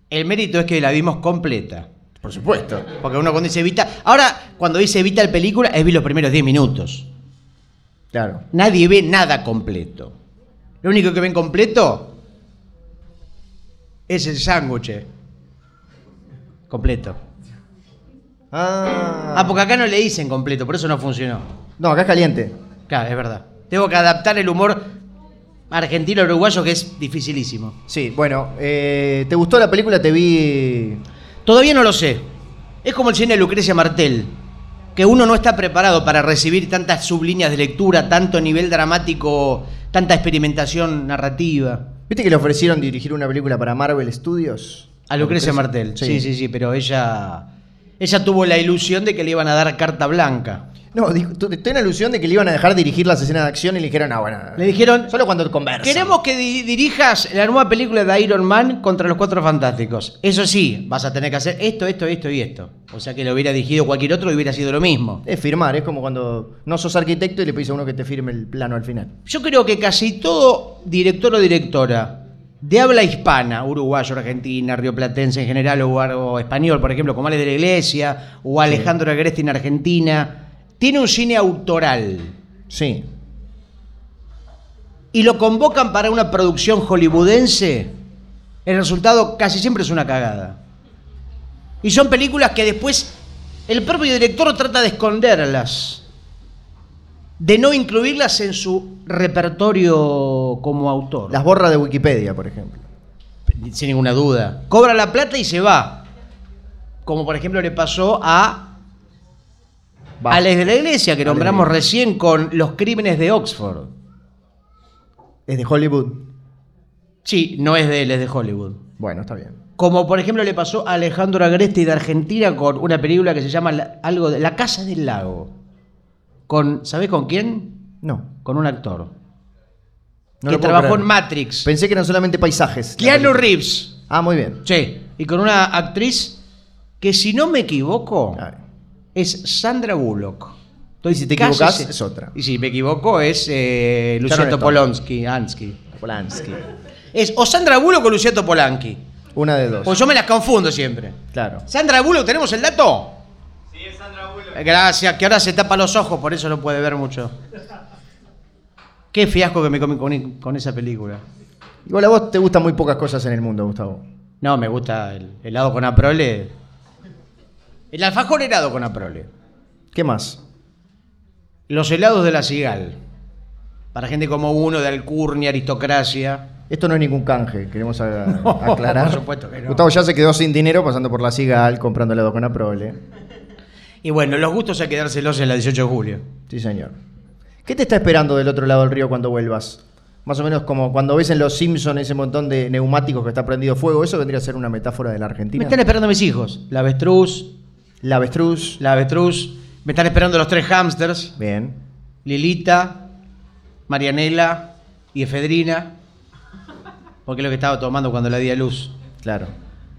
[SPEAKER 1] El mérito es que la vimos completa.
[SPEAKER 3] Por supuesto.
[SPEAKER 1] Porque uno cuando dice Evita. Ahora, cuando dice Evita la película, es vi los primeros 10 minutos.
[SPEAKER 3] Claro.
[SPEAKER 1] Nadie ve nada completo. Lo único que ven completo es el sándwich. Completo.
[SPEAKER 3] Ah,
[SPEAKER 1] Ah, porque acá no le dicen completo, por eso no funcionó.
[SPEAKER 3] No, acá es caliente.
[SPEAKER 1] Claro, es verdad. Tengo que adaptar el humor argentino-uruguayo que es dificilísimo.
[SPEAKER 3] Sí, bueno, eh, ¿te gustó la película? Te vi.
[SPEAKER 1] Todavía no lo sé. Es como el cine de Lucrecia Martel, que uno no está preparado para recibir tantas sublíneas de lectura, tanto nivel dramático, tanta experimentación narrativa.
[SPEAKER 3] ¿Viste que le ofrecieron dirigir una película para Marvel Studios?
[SPEAKER 1] A Lucrecia Martel, sí. sí, sí, pero ella ella tuvo la ilusión de que le iban a dar carta blanca.
[SPEAKER 3] No, dijo- tu- estoy en la ilusión de que le iban a dejar dirigir las escenas de acción y le dijeron, ah, bueno.
[SPEAKER 1] Le dijeron,
[SPEAKER 3] Solo cuando conversan.
[SPEAKER 1] queremos que di- dirijas la nueva película de Iron Man contra los Cuatro Fantásticos. Eso sí, vas a tener que hacer esto, esto, esto y esto. O sea que lo hubiera dirigido cualquier otro y hubiera sido lo mismo.
[SPEAKER 3] Es firmar, es como cuando no sos arquitecto y le pedís a uno que te firme el plano al final.
[SPEAKER 1] Yo creo que casi todo director o directora de habla hispana, uruguayo, argentina, rioplatense en general, o, algo español, por ejemplo, como Ale de la Iglesia, o Alejandro Agresti en Argentina, tiene un cine autoral.
[SPEAKER 3] Sí.
[SPEAKER 1] y lo convocan para una producción hollywoodense, el resultado casi siempre es una cagada. Y son películas que después el propio director trata de esconderlas, de no incluirlas en su repertorio como autor.
[SPEAKER 3] Las borra de Wikipedia, por ejemplo.
[SPEAKER 1] Sin ninguna duda. Cobra la plata y se va. Como por ejemplo le pasó a
[SPEAKER 3] Va.
[SPEAKER 1] Alex de la Iglesia, que
[SPEAKER 3] Alex de la
[SPEAKER 1] nombramos recién con Los Crímenes de Oxford.
[SPEAKER 3] Es de Hollywood.
[SPEAKER 1] Sí, no es de él, es de Hollywood.
[SPEAKER 3] Bueno, está bien.
[SPEAKER 1] Como por ejemplo le pasó a Alejandro Agresti de Argentina con una película que se llama la- algo de La Casa del Lago. Con, ¿Sabés con quién?
[SPEAKER 3] No.
[SPEAKER 1] Con un actor.
[SPEAKER 3] no
[SPEAKER 1] que
[SPEAKER 3] lo puedo
[SPEAKER 1] trabajó
[SPEAKER 3] creer.
[SPEAKER 1] en Matrix.
[SPEAKER 3] Pensé que eran solamente paisajes. la
[SPEAKER 1] Keanu
[SPEAKER 3] película.
[SPEAKER 1] Reeves.
[SPEAKER 3] Ah, muy bien.
[SPEAKER 1] Sí. Y con una actriz que, si no me equivoco,
[SPEAKER 3] A ver.
[SPEAKER 1] es Sandra Bullock.
[SPEAKER 3] Y si te
[SPEAKER 1] Casi
[SPEAKER 3] equivocás,
[SPEAKER 1] se-
[SPEAKER 3] es otra.
[SPEAKER 1] Y si me equivoco, es eh, Luciano
[SPEAKER 3] Stone.
[SPEAKER 1] Polanski. Ansky.
[SPEAKER 3] Polanski.
[SPEAKER 1] Es o Sandra Bullock o Luciano Polanski.
[SPEAKER 3] Una de dos.
[SPEAKER 1] Pues yo me las confundo siempre.
[SPEAKER 3] Claro.
[SPEAKER 1] Sandra Bullock, ¿tenemos el dato? Sí, es Sandra Bullock. Gracias, que ahora se tapa los ojos, por eso no puede ver mucho. Qué fiasco que me comí con, con esa película.
[SPEAKER 3] Igual a vos te gustan muy pocas cosas en el mundo, Gustavo.
[SPEAKER 1] No, me gusta el helado con aprole. El alfajor helado con aprole.
[SPEAKER 3] ¿Qué más?
[SPEAKER 1] Los helados de la cigal. Para gente como uno, de alcurnia, aristocracia.
[SPEAKER 3] Esto no es ningún canje, queremos a-
[SPEAKER 1] No,
[SPEAKER 3] aclarar.
[SPEAKER 1] por supuesto que no.
[SPEAKER 3] Gustavo ya se quedó sin dinero pasando por la Cigal, comprando helado con Aprole.
[SPEAKER 1] Y bueno, los gustos hay que dárselos en la 18 de julio.
[SPEAKER 3] Sí, señor. ¿Qué te está esperando del otro lado del río cuando vuelvas? Más o menos como cuando ves en Los Simpsons ese montón de neumáticos que está prendido fuego. Eso vendría a ser una metáfora de la
[SPEAKER 1] Me
[SPEAKER 3] Argentina.
[SPEAKER 1] están esperando mis hijos. La avestruz,
[SPEAKER 3] La avestruz.
[SPEAKER 1] la avestruz. Me están esperando los tres hamsters.
[SPEAKER 3] Bien.
[SPEAKER 1] Lilita, Marianela y Efedrina. Porque es lo que estaba tomando cuando la di a luz.
[SPEAKER 3] Claro.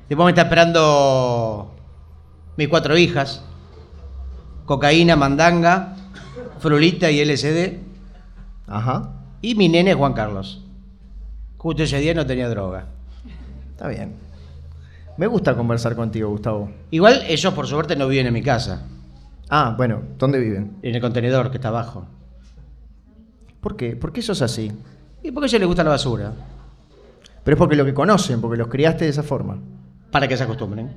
[SPEAKER 1] Después me está esperando mis cuatro hijas. Cocaína, mandanga, frulita y LSD.
[SPEAKER 3] Ajá.
[SPEAKER 1] Y mi nene Juan Carlos. Justo ese día no tenía droga.
[SPEAKER 3] Está bien. Me gusta conversar contigo, Gustavo.
[SPEAKER 1] Igual ellos por suerte no viven en mi casa.
[SPEAKER 3] Ah, bueno, ¿dónde viven?
[SPEAKER 1] En el contenedor que está abajo.
[SPEAKER 3] ¿Por qué? ¿Por qué sos así?
[SPEAKER 1] ¿Y por qué a ellos les gusta la basura?
[SPEAKER 3] Pero es porque lo que conocen, porque los criaste de esa forma.
[SPEAKER 1] Para que se acostumbren.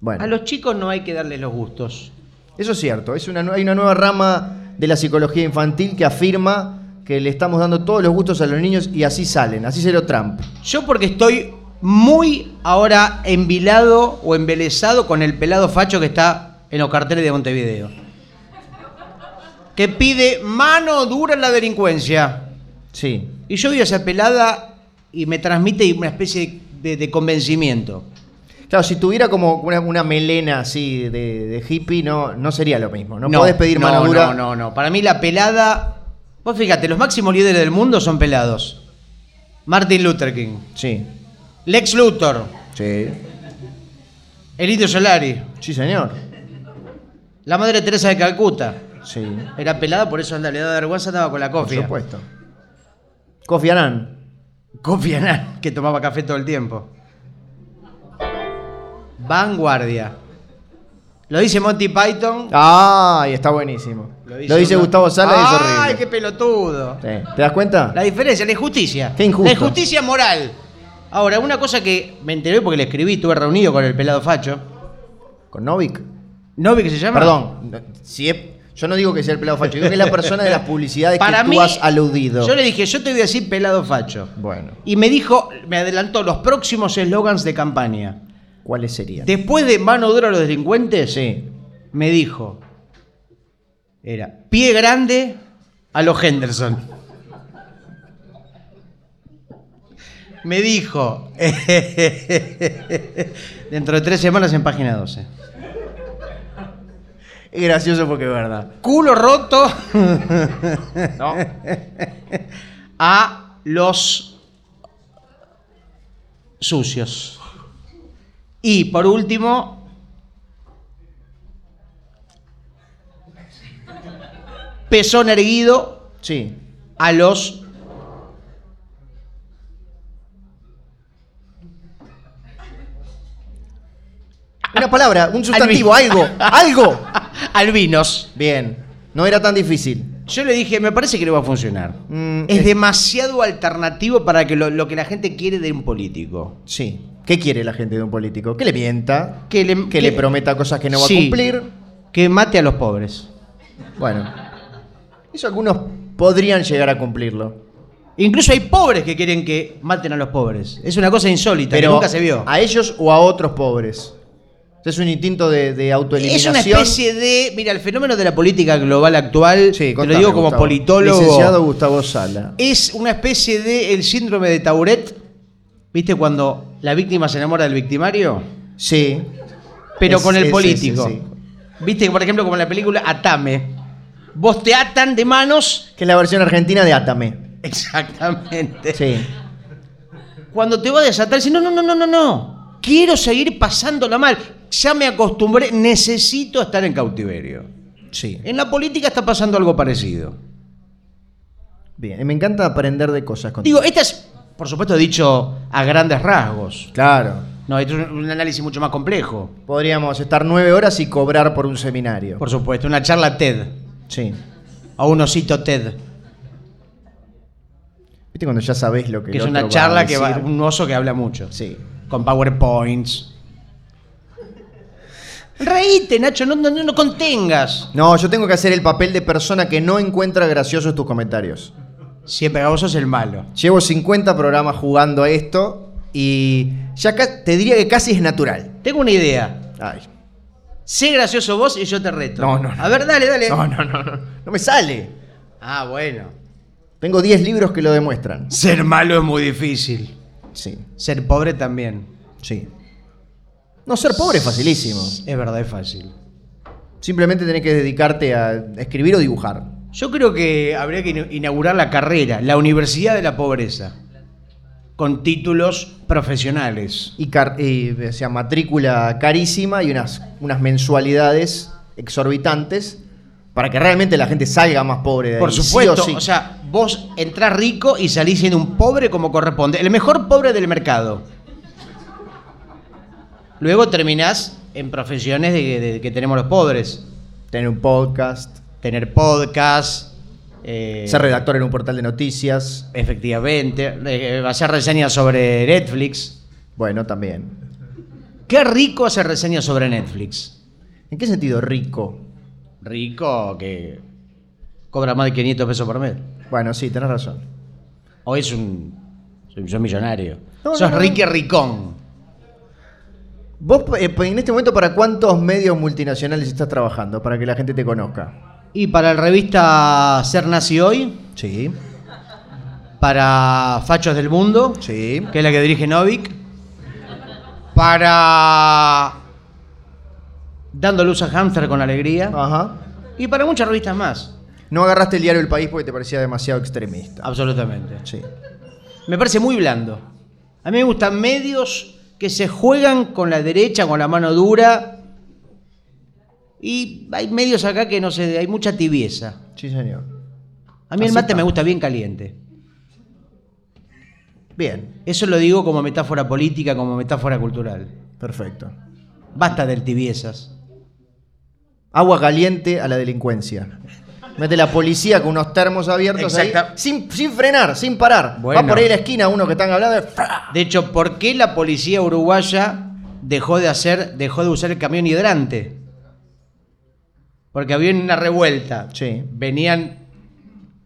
[SPEAKER 3] Bueno,
[SPEAKER 1] A los chicos no hay que darles los gustos.
[SPEAKER 3] eso es cierto. Es una, nu- hay una nueva rama de la psicología infantil que afirma que le estamos dando todos los gustos a los niños y así salen, así se lo Trump.
[SPEAKER 1] Yo porque estoy muy ahora envilado o embelesado con el pelado facho que está en los carteles de Montevideo. Que pide mano dura en la delincuencia.
[SPEAKER 3] Sí,
[SPEAKER 1] Y yo veo esa pelada y me transmite una especie de, de convencimiento.
[SPEAKER 3] Claro, si tuviera como una, una melena así de, de hippie, no, no sería lo mismo. No, podés pedir mano
[SPEAKER 1] no,
[SPEAKER 3] dura.
[SPEAKER 1] No, no, no. Para mí la pelada... Vos fíjate, los máximos líderes del mundo son pelados. Martin Luther King,
[SPEAKER 3] Sí,
[SPEAKER 1] Lex Luthor,
[SPEAKER 3] sí.
[SPEAKER 1] el Indio Solari,
[SPEAKER 3] Sí, señor.
[SPEAKER 1] la Madre Teresa de Calcuta.
[SPEAKER 3] Sí,
[SPEAKER 1] Era pelada, por eso anda- le da vergüenza, andaba con la
[SPEAKER 3] por
[SPEAKER 1] cofia.
[SPEAKER 3] supuesto. Kofi Annan.
[SPEAKER 1] Cofia na, que tomaba café todo el tiempo. Vanguardia. Lo dice Monty Python.
[SPEAKER 3] Ay, Ah, está buenísimo. Lo dice,
[SPEAKER 1] uno-
[SPEAKER 3] Gustavo Sala y es horrible.
[SPEAKER 1] ¡Ay, qué pelotudo!
[SPEAKER 3] Sí. ¿Te das cuenta?
[SPEAKER 1] La diferencia, la injusticia.
[SPEAKER 3] Qué injusto.
[SPEAKER 1] La injusticia moral. Ahora, una cosa que me enteré porque le escribí, estuve reunido con el pelado facho.
[SPEAKER 3] Con Novik.
[SPEAKER 1] ¿Novi que se llama?
[SPEAKER 3] Perdón. no, si es- yo no digo que sea el pelado facho, digo que es la persona de las publicidades
[SPEAKER 1] Para
[SPEAKER 3] que
[SPEAKER 1] mí,
[SPEAKER 3] tú has aludido.
[SPEAKER 1] Yo le dije, yo te voy a decir pelado facho.
[SPEAKER 3] Bueno,
[SPEAKER 1] Y me dijo, me adelantó los próximos eslogans de campaña.
[SPEAKER 3] ¿cuáles serían?
[SPEAKER 1] Después de mano dura a los delincuentes,
[SPEAKER 3] Sí.
[SPEAKER 1] me dijo, era pie grande a los Henderson. Me dijo, dentro de tres semanas en página 12,
[SPEAKER 3] Es gracioso porque es verdad.
[SPEAKER 1] culo roto
[SPEAKER 3] ¿No?
[SPEAKER 1] a los sucios. Y por último, pezón erguido
[SPEAKER 3] Sí.
[SPEAKER 1] a los
[SPEAKER 3] Una palabra, un sustantivo,
[SPEAKER 1] Albi.
[SPEAKER 3] algo, algo.
[SPEAKER 1] albinos.
[SPEAKER 3] Bien, no era tan difícil.
[SPEAKER 1] Yo le dije, me parece que no va a funcionar.
[SPEAKER 3] Mm,
[SPEAKER 1] es,
[SPEAKER 3] es-
[SPEAKER 1] demasiado alternativo para que lo, lo que la gente quiere de un político.
[SPEAKER 3] Sí. ¿Qué quiere la gente de un político? Que le mienta,
[SPEAKER 1] Que le,
[SPEAKER 3] que le prometa cosas que no va
[SPEAKER 1] Sí.
[SPEAKER 3] a cumplir.
[SPEAKER 1] Que mate a los pobres.
[SPEAKER 3] Bueno, eso algunos podrían llegar a cumplirlo.
[SPEAKER 1] Incluso hay pobres que quieren que maten a los pobres. Es una cosa insólita,
[SPEAKER 3] Pero
[SPEAKER 1] que nunca se vio.
[SPEAKER 3] a ellos o a otros pobres. Es un instinto de, de autoeliminación.
[SPEAKER 1] Es una especie de. Mira, el fenómeno de la política global actual,
[SPEAKER 3] Sí,
[SPEAKER 1] te
[SPEAKER 3] contame,
[SPEAKER 1] lo digo como
[SPEAKER 3] Gustavo.
[SPEAKER 1] politólogo.
[SPEAKER 3] Licenciado Gustavo Sala.
[SPEAKER 1] Es una especie de el síndrome de Tauret. ¿Viste cuando la víctima se enamora del victimario?
[SPEAKER 3] Sí.
[SPEAKER 1] Pero
[SPEAKER 3] Es-
[SPEAKER 1] con el
[SPEAKER 3] es
[SPEAKER 1] político.
[SPEAKER 3] ese, sí.
[SPEAKER 1] Viste, por ejemplo, como en la película Atame. Vos te atan de manos.
[SPEAKER 3] Que es la versión argentina de Atame.
[SPEAKER 1] Exactamente.
[SPEAKER 3] Sí.
[SPEAKER 1] Cuando te va a desatar, si no, no, no, no, no, no. Quiero seguir pasándola mal. Ya me acostumbré, necesito estar en cautiverio.
[SPEAKER 3] Sí.
[SPEAKER 1] En la política está pasando algo parecido.
[SPEAKER 3] Bien, me encanta aprender de cosas contigo.
[SPEAKER 1] Digo, esta es, por supuesto, dicho a grandes rasgos.
[SPEAKER 3] Claro.
[SPEAKER 1] No, esto es un análisis mucho más complejo.
[SPEAKER 3] Podríamos estar nueve horas y cobrar por un seminario.
[SPEAKER 1] Por supuesto, una charla TED.
[SPEAKER 3] Sí.
[SPEAKER 1] O un osito TED.
[SPEAKER 3] ¿Viste cuando ya sabés lo que
[SPEAKER 1] Que es
[SPEAKER 3] el otro
[SPEAKER 1] una
[SPEAKER 3] va a
[SPEAKER 1] charla que va.
[SPEAKER 3] decir?
[SPEAKER 1] Un oso que habla mucho.
[SPEAKER 3] Sí.
[SPEAKER 1] con PowerPoints. Reíte, Nacho, no, no, no, no contengas.
[SPEAKER 3] No, yo tengo que hacer el papel de persona que no encuentra graciosos tus comentarios.
[SPEAKER 1] Siempre vos sos el malo.
[SPEAKER 3] Llevo 50 programas jugando a esto y ya ca- te diría que casi es natural.
[SPEAKER 1] Tengo una idea.
[SPEAKER 3] Ay.
[SPEAKER 1] Sé gracioso vos y yo te reto.
[SPEAKER 3] No, no, no.
[SPEAKER 1] A ver, dale, dale.
[SPEAKER 3] No, no, no, no. No me sale.
[SPEAKER 1] Ah, bueno.
[SPEAKER 3] Tengo 10 libros que lo demuestran.
[SPEAKER 1] Ser malo es muy difícil.
[SPEAKER 3] Sí,
[SPEAKER 1] Ser pobre también.
[SPEAKER 3] sí. No, ser pobre es facilísimo.
[SPEAKER 1] Es verdad, es fácil.
[SPEAKER 3] Simplemente tenés que dedicarte a escribir o dibujar.
[SPEAKER 1] Yo creo que habría que ina- inaugurar la carrera, la Universidad de la Pobreza, con títulos profesionales.
[SPEAKER 3] Y, car- y, o sea, matrícula carísima y unas, unas mensualidades exorbitantes para que realmente la gente salga más pobre de ahí.
[SPEAKER 1] Por
[SPEAKER 3] Eh, sí o
[SPEAKER 1] supuesto,
[SPEAKER 3] sí.
[SPEAKER 1] o sea, vos entrás rico y salís siendo un pobre como corresponde, el mejor pobre del mercado. Luego terminás en profesiones de- de- que tenemos los pobres.
[SPEAKER 3] Tener un podcast,
[SPEAKER 1] Tener podcast, eh,
[SPEAKER 3] ser redactor en un portal de noticias.
[SPEAKER 1] efectivamente, eh, hacer reseñas sobre Netflix.
[SPEAKER 3] Bueno, también.
[SPEAKER 1] Qué rico hacer reseñas sobre Netflix.
[SPEAKER 3] ¿En qué sentido rico?
[SPEAKER 1] rico que cobra más de 500 pesos por mes.
[SPEAKER 3] Bueno, sí, tenés razón.
[SPEAKER 1] O es un. Soy, soy millonario.
[SPEAKER 3] No,
[SPEAKER 1] Sos
[SPEAKER 3] no, no.
[SPEAKER 1] Ricky Ricón.
[SPEAKER 3] Vos eh, en este momento para cuántos medios multinacionales estás trabajando para que la gente te conozca.
[SPEAKER 1] Y para la revista Ser Nazi Hoy,
[SPEAKER 3] Sí,
[SPEAKER 1] para Fachos del Mundo,
[SPEAKER 3] sí.
[SPEAKER 1] que es la que dirige Novik, para. Dando luz a Hamster con alegría.
[SPEAKER 3] Ajá.
[SPEAKER 1] Y para muchas revistas más.
[SPEAKER 3] No agarraste el diario El País porque te parecía demasiado extremista.
[SPEAKER 1] Absolutamente.
[SPEAKER 3] Sí.
[SPEAKER 1] Me parece muy blando. A mí me gustan medios que se juegan con la derecha, con la mano dura. Y hay medios acá que no sé, hay mucha tibieza.
[SPEAKER 3] Sí, señor.
[SPEAKER 1] A mí
[SPEAKER 3] Así
[SPEAKER 1] el mate
[SPEAKER 3] está.
[SPEAKER 1] me gusta bien caliente.
[SPEAKER 3] Bien,
[SPEAKER 1] Eso lo digo como metáfora política, como metáfora cultural.
[SPEAKER 3] perfecto.
[SPEAKER 1] Basta del tibiezas.
[SPEAKER 3] Agua caliente a la delincuencia. Mete la policía con unos termos abiertos ahí,
[SPEAKER 1] Exacta-
[SPEAKER 3] sin, sin frenar, sin parar. Va
[SPEAKER 1] Bueno.
[SPEAKER 3] por ahí a la esquina uno que están hablando. de- ¡fra!
[SPEAKER 1] De hecho, ¿por qué la policía uruguaya dejó de hacer, dejó de usar el camión hidrante? Porque había una revuelta.
[SPEAKER 3] Sí.
[SPEAKER 1] Venían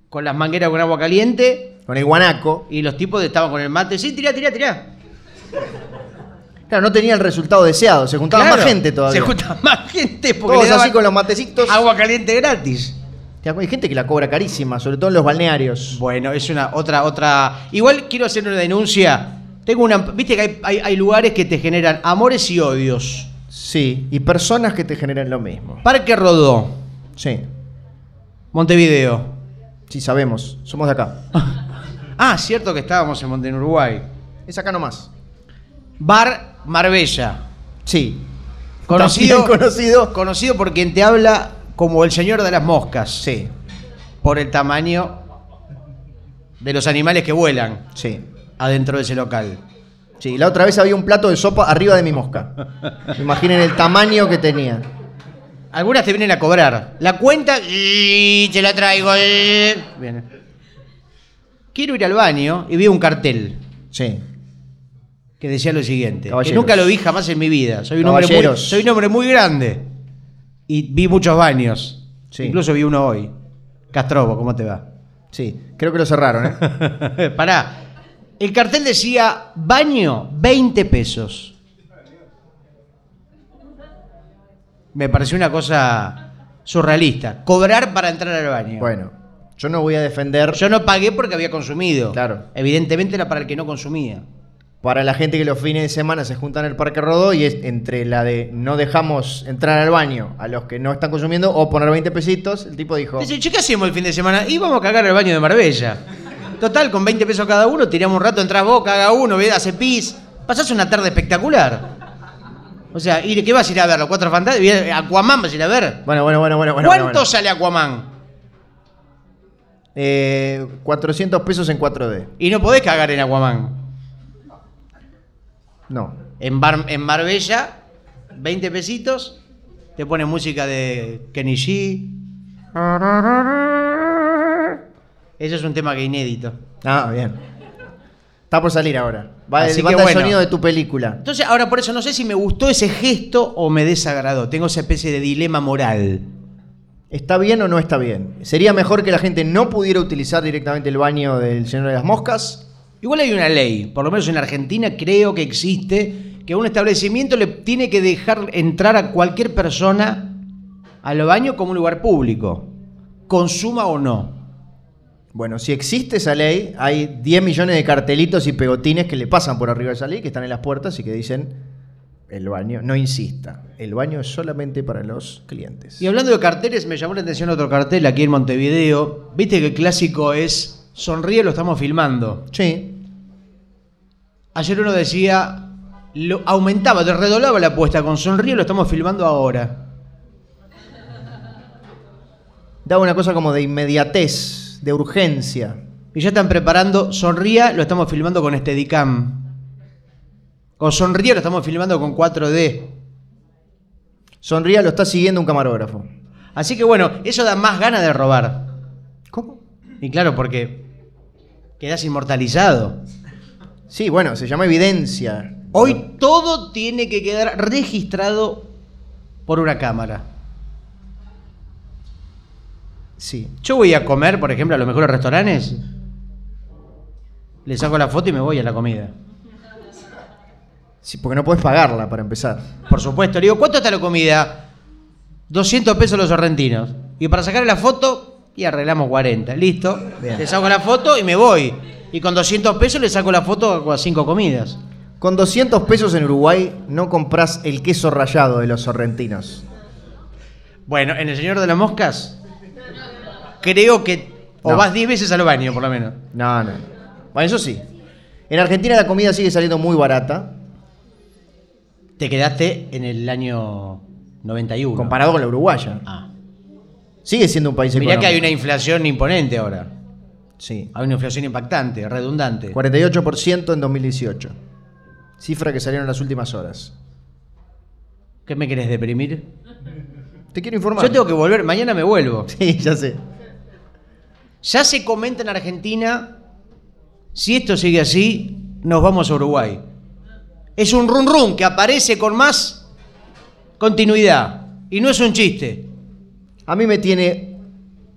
[SPEAKER 1] con las mangueras con agua caliente
[SPEAKER 3] Con el guanaco.
[SPEAKER 1] Y los tipos estaban con el mate, sí, tirá, tirá, tirá.
[SPEAKER 3] Claro, no tenía el resultado deseado. Se juntaba
[SPEAKER 1] Claro,
[SPEAKER 3] más gente todavía.
[SPEAKER 1] Se junta más gente porque
[SPEAKER 3] Todos
[SPEAKER 1] le daban
[SPEAKER 3] así con los matecitos.
[SPEAKER 1] agua caliente gratis.
[SPEAKER 3] Te acuerdas, Hay gente que la cobra carísima, sobre todo en los balnearios.
[SPEAKER 1] Bueno, es una otra, otra. Igual quiero hacer una denuncia. Tengo una. Viste que hay, hay- hay lugares que te generan amores y odios.
[SPEAKER 3] Sí, y personas que te generan lo mismo.
[SPEAKER 1] Parque Rodó,
[SPEAKER 3] Sí,
[SPEAKER 1] Montevideo.
[SPEAKER 3] sí sabemos, somos de acá.
[SPEAKER 1] Ah, cierto que estábamos en Monte en Uruguay.
[SPEAKER 3] Es acá nomás.
[SPEAKER 1] Bar Marbella.
[SPEAKER 3] Sí.
[SPEAKER 1] Conocido,
[SPEAKER 3] También conocido.
[SPEAKER 1] conocido por quien te habla como el señor de las moscas.
[SPEAKER 3] Sí,
[SPEAKER 1] por el tamaño de los animales que vuelan
[SPEAKER 3] sí.
[SPEAKER 1] adentro de ese local.
[SPEAKER 3] Sí, la otra vez había un plato de sopa arriba de mi mosca. Imaginen el tamaño que tenía.
[SPEAKER 1] Algunas te vienen a cobrar. La cuenta, y te la traigo. y- Bien. Quiero ir al baño y vi un cartel
[SPEAKER 3] Sí.
[SPEAKER 1] que decía lo siguiente. Que
[SPEAKER 3] Caballeros.
[SPEAKER 1] nunca lo vi jamás en mi vida. Soy un, hombre muy,
[SPEAKER 3] Caballeros.
[SPEAKER 1] soy un hombre muy grande. Y vi muchos baños.
[SPEAKER 3] Sí.
[SPEAKER 1] Incluso vi uno hoy. Castrobo, ¿cómo te va?
[SPEAKER 3] Sí, creo que lo cerraron, ¿eh?
[SPEAKER 1] Pará. El cartel decía baño, 20 pesos. Me pareció una cosa surrealista. Cobrar para entrar al baño.
[SPEAKER 3] Bueno, yo no voy a defender
[SPEAKER 1] Yo no pagué porque había consumido.
[SPEAKER 3] Claro.
[SPEAKER 1] Evidentemente era para el que no consumía.
[SPEAKER 3] para la gente que los fines de semana se juntan en el Parque Rodó y es entre la de no dejamos entrar al baño a los que no están consumiendo o poner 20 pesitos, el tipo dijo,
[SPEAKER 1] Dice, che, ¿qué hacemos el fin de semana? Y vamos a cagar al baño de Marbella. Total, con 20 pesos cada uno, tiramos un rato, entras vos, caga uno, ve, hace pis. Pasás una tarde espectacular. O sea, ¿y qué vas a ir a ver? ¿Los cuatro fantásticos? ¿Aquaman vas a ir a ver?
[SPEAKER 3] bueno, bueno, bueno, bueno, bueno.
[SPEAKER 1] ¿Cuánto
[SPEAKER 3] bueno.
[SPEAKER 1] sale Aquaman?
[SPEAKER 3] Eh, 400 pesos en 4D.
[SPEAKER 1] Y no podés cagar en Aquaman.
[SPEAKER 3] No.
[SPEAKER 1] En, Bar- en Marbella, 20 pesitos, te ponen música de Kenny G. Eso es un tema que inédito.
[SPEAKER 3] Ah, bien. Está por salir ahora. Va,
[SPEAKER 1] Así
[SPEAKER 3] el,
[SPEAKER 1] que
[SPEAKER 3] banda de
[SPEAKER 1] bueno.
[SPEAKER 3] sonido de tu película.
[SPEAKER 1] Entonces, ahora por eso no sé si me gustó ese gesto o me desagradó. Tengo esa especie de dilema moral.
[SPEAKER 3] ¿Está bien o no está bien? ¿Sería mejor que la gente no pudiera utilizar directamente el baño del Señor de las Moscas?
[SPEAKER 1] Igual hay una ley, por lo menos en Argentina creo que existe, que un establecimiento le tiene que dejar entrar a cualquier persona al baño como un lugar público, consuma o no.
[SPEAKER 3] Bueno, si existe esa ley, hay 10 millones de cartelitos y pegotines que le pasan por arriba de esa ley, que están en las puertas y que dicen, el baño, no insista, el baño es solamente para los clientes.
[SPEAKER 1] Y hablando de carteles, me llamó la atención otro cartel aquí en Montevideo. Viste que el clásico es Sonríe, lo estamos filmando.
[SPEAKER 3] Sí,
[SPEAKER 1] Ayer uno decía, lo aumentaba, te redoblaba la apuesta con Sonríe, lo estamos filmando ahora.
[SPEAKER 3] da una cosa como de inmediatez, de urgencia.
[SPEAKER 1] Y ya están preparando Sonría, lo estamos filmando con Steadicam. O Sonríe, lo estamos filmando con 4D.
[SPEAKER 3] Sonría, lo está siguiendo un camarógrafo.
[SPEAKER 1] Así que bueno, eso da más ganas de robar. ¿Cómo? Y claro, porque quedas inmortalizado.
[SPEAKER 3] Sí, bueno, se llama evidencia.
[SPEAKER 1] Hoy todo tiene que quedar registrado por una cámara.
[SPEAKER 3] Sí.
[SPEAKER 1] Yo voy a comer, por ejemplo, a los mejores restaurantes. Le saco la foto y me voy a la comida.
[SPEAKER 3] Sí, porque no podés pagarla para empezar.
[SPEAKER 1] Por supuesto, le digo, ¿cuánto está la comida? 200 pesos los sorrentinos. Y para sacar la foto, y arreglamos 40. Listo.
[SPEAKER 3] Bien.
[SPEAKER 1] Le saco la foto y me voy. Y con 200 pesos le saco la foto a cinco comidas.
[SPEAKER 3] Con 200 pesos en Uruguay no compras el queso rallado de los sorrentinos.
[SPEAKER 1] Bueno, en El Señor de las Moscas, creo que. O
[SPEAKER 3] No.
[SPEAKER 1] vas 10 veces al baño, por lo menos.
[SPEAKER 3] No, no. Bueno, eso sí. En Argentina la comida sigue saliendo muy barata
[SPEAKER 1] Te quedaste en el año 91.
[SPEAKER 3] comparado con la uruguaya.
[SPEAKER 1] Ah.
[SPEAKER 3] Sigue siendo un país
[SPEAKER 1] Mirá
[SPEAKER 3] económico.
[SPEAKER 1] que hay una inflación imponente ahora.
[SPEAKER 3] Sí.
[SPEAKER 1] Hay una inflación impactante, redundante.
[SPEAKER 3] 48% en 2018. Cifra que salieron en las últimas horas.
[SPEAKER 1] ¿Qué me querés deprimir?
[SPEAKER 3] Te quiero informar.
[SPEAKER 1] Yo tengo que volver, mañana me vuelvo.
[SPEAKER 3] Sí, ya sé.
[SPEAKER 1] Ya se comenta en Argentina, si esto sigue así, nos vamos a Uruguay. Es un run run que aparece con más continuidad. Y no es un chiste.
[SPEAKER 3] A mí me tiene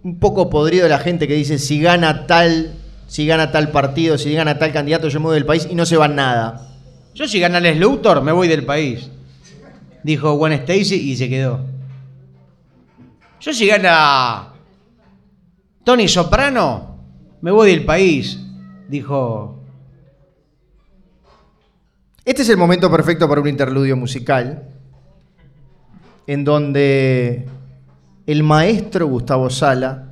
[SPEAKER 3] un poco podrido la gente que dice si gana tal, si gana tal partido, si gana tal candidato, yo me voy del país y no se va nada.
[SPEAKER 1] Yo si gana el Luthor, me voy del país. Dijo Juan Stacy y se quedó. Yo si gana Tony Soprano, me voy del país. Dijo
[SPEAKER 3] Este es el momento perfecto para un interludio musical en donde el maestro Gustavo Sala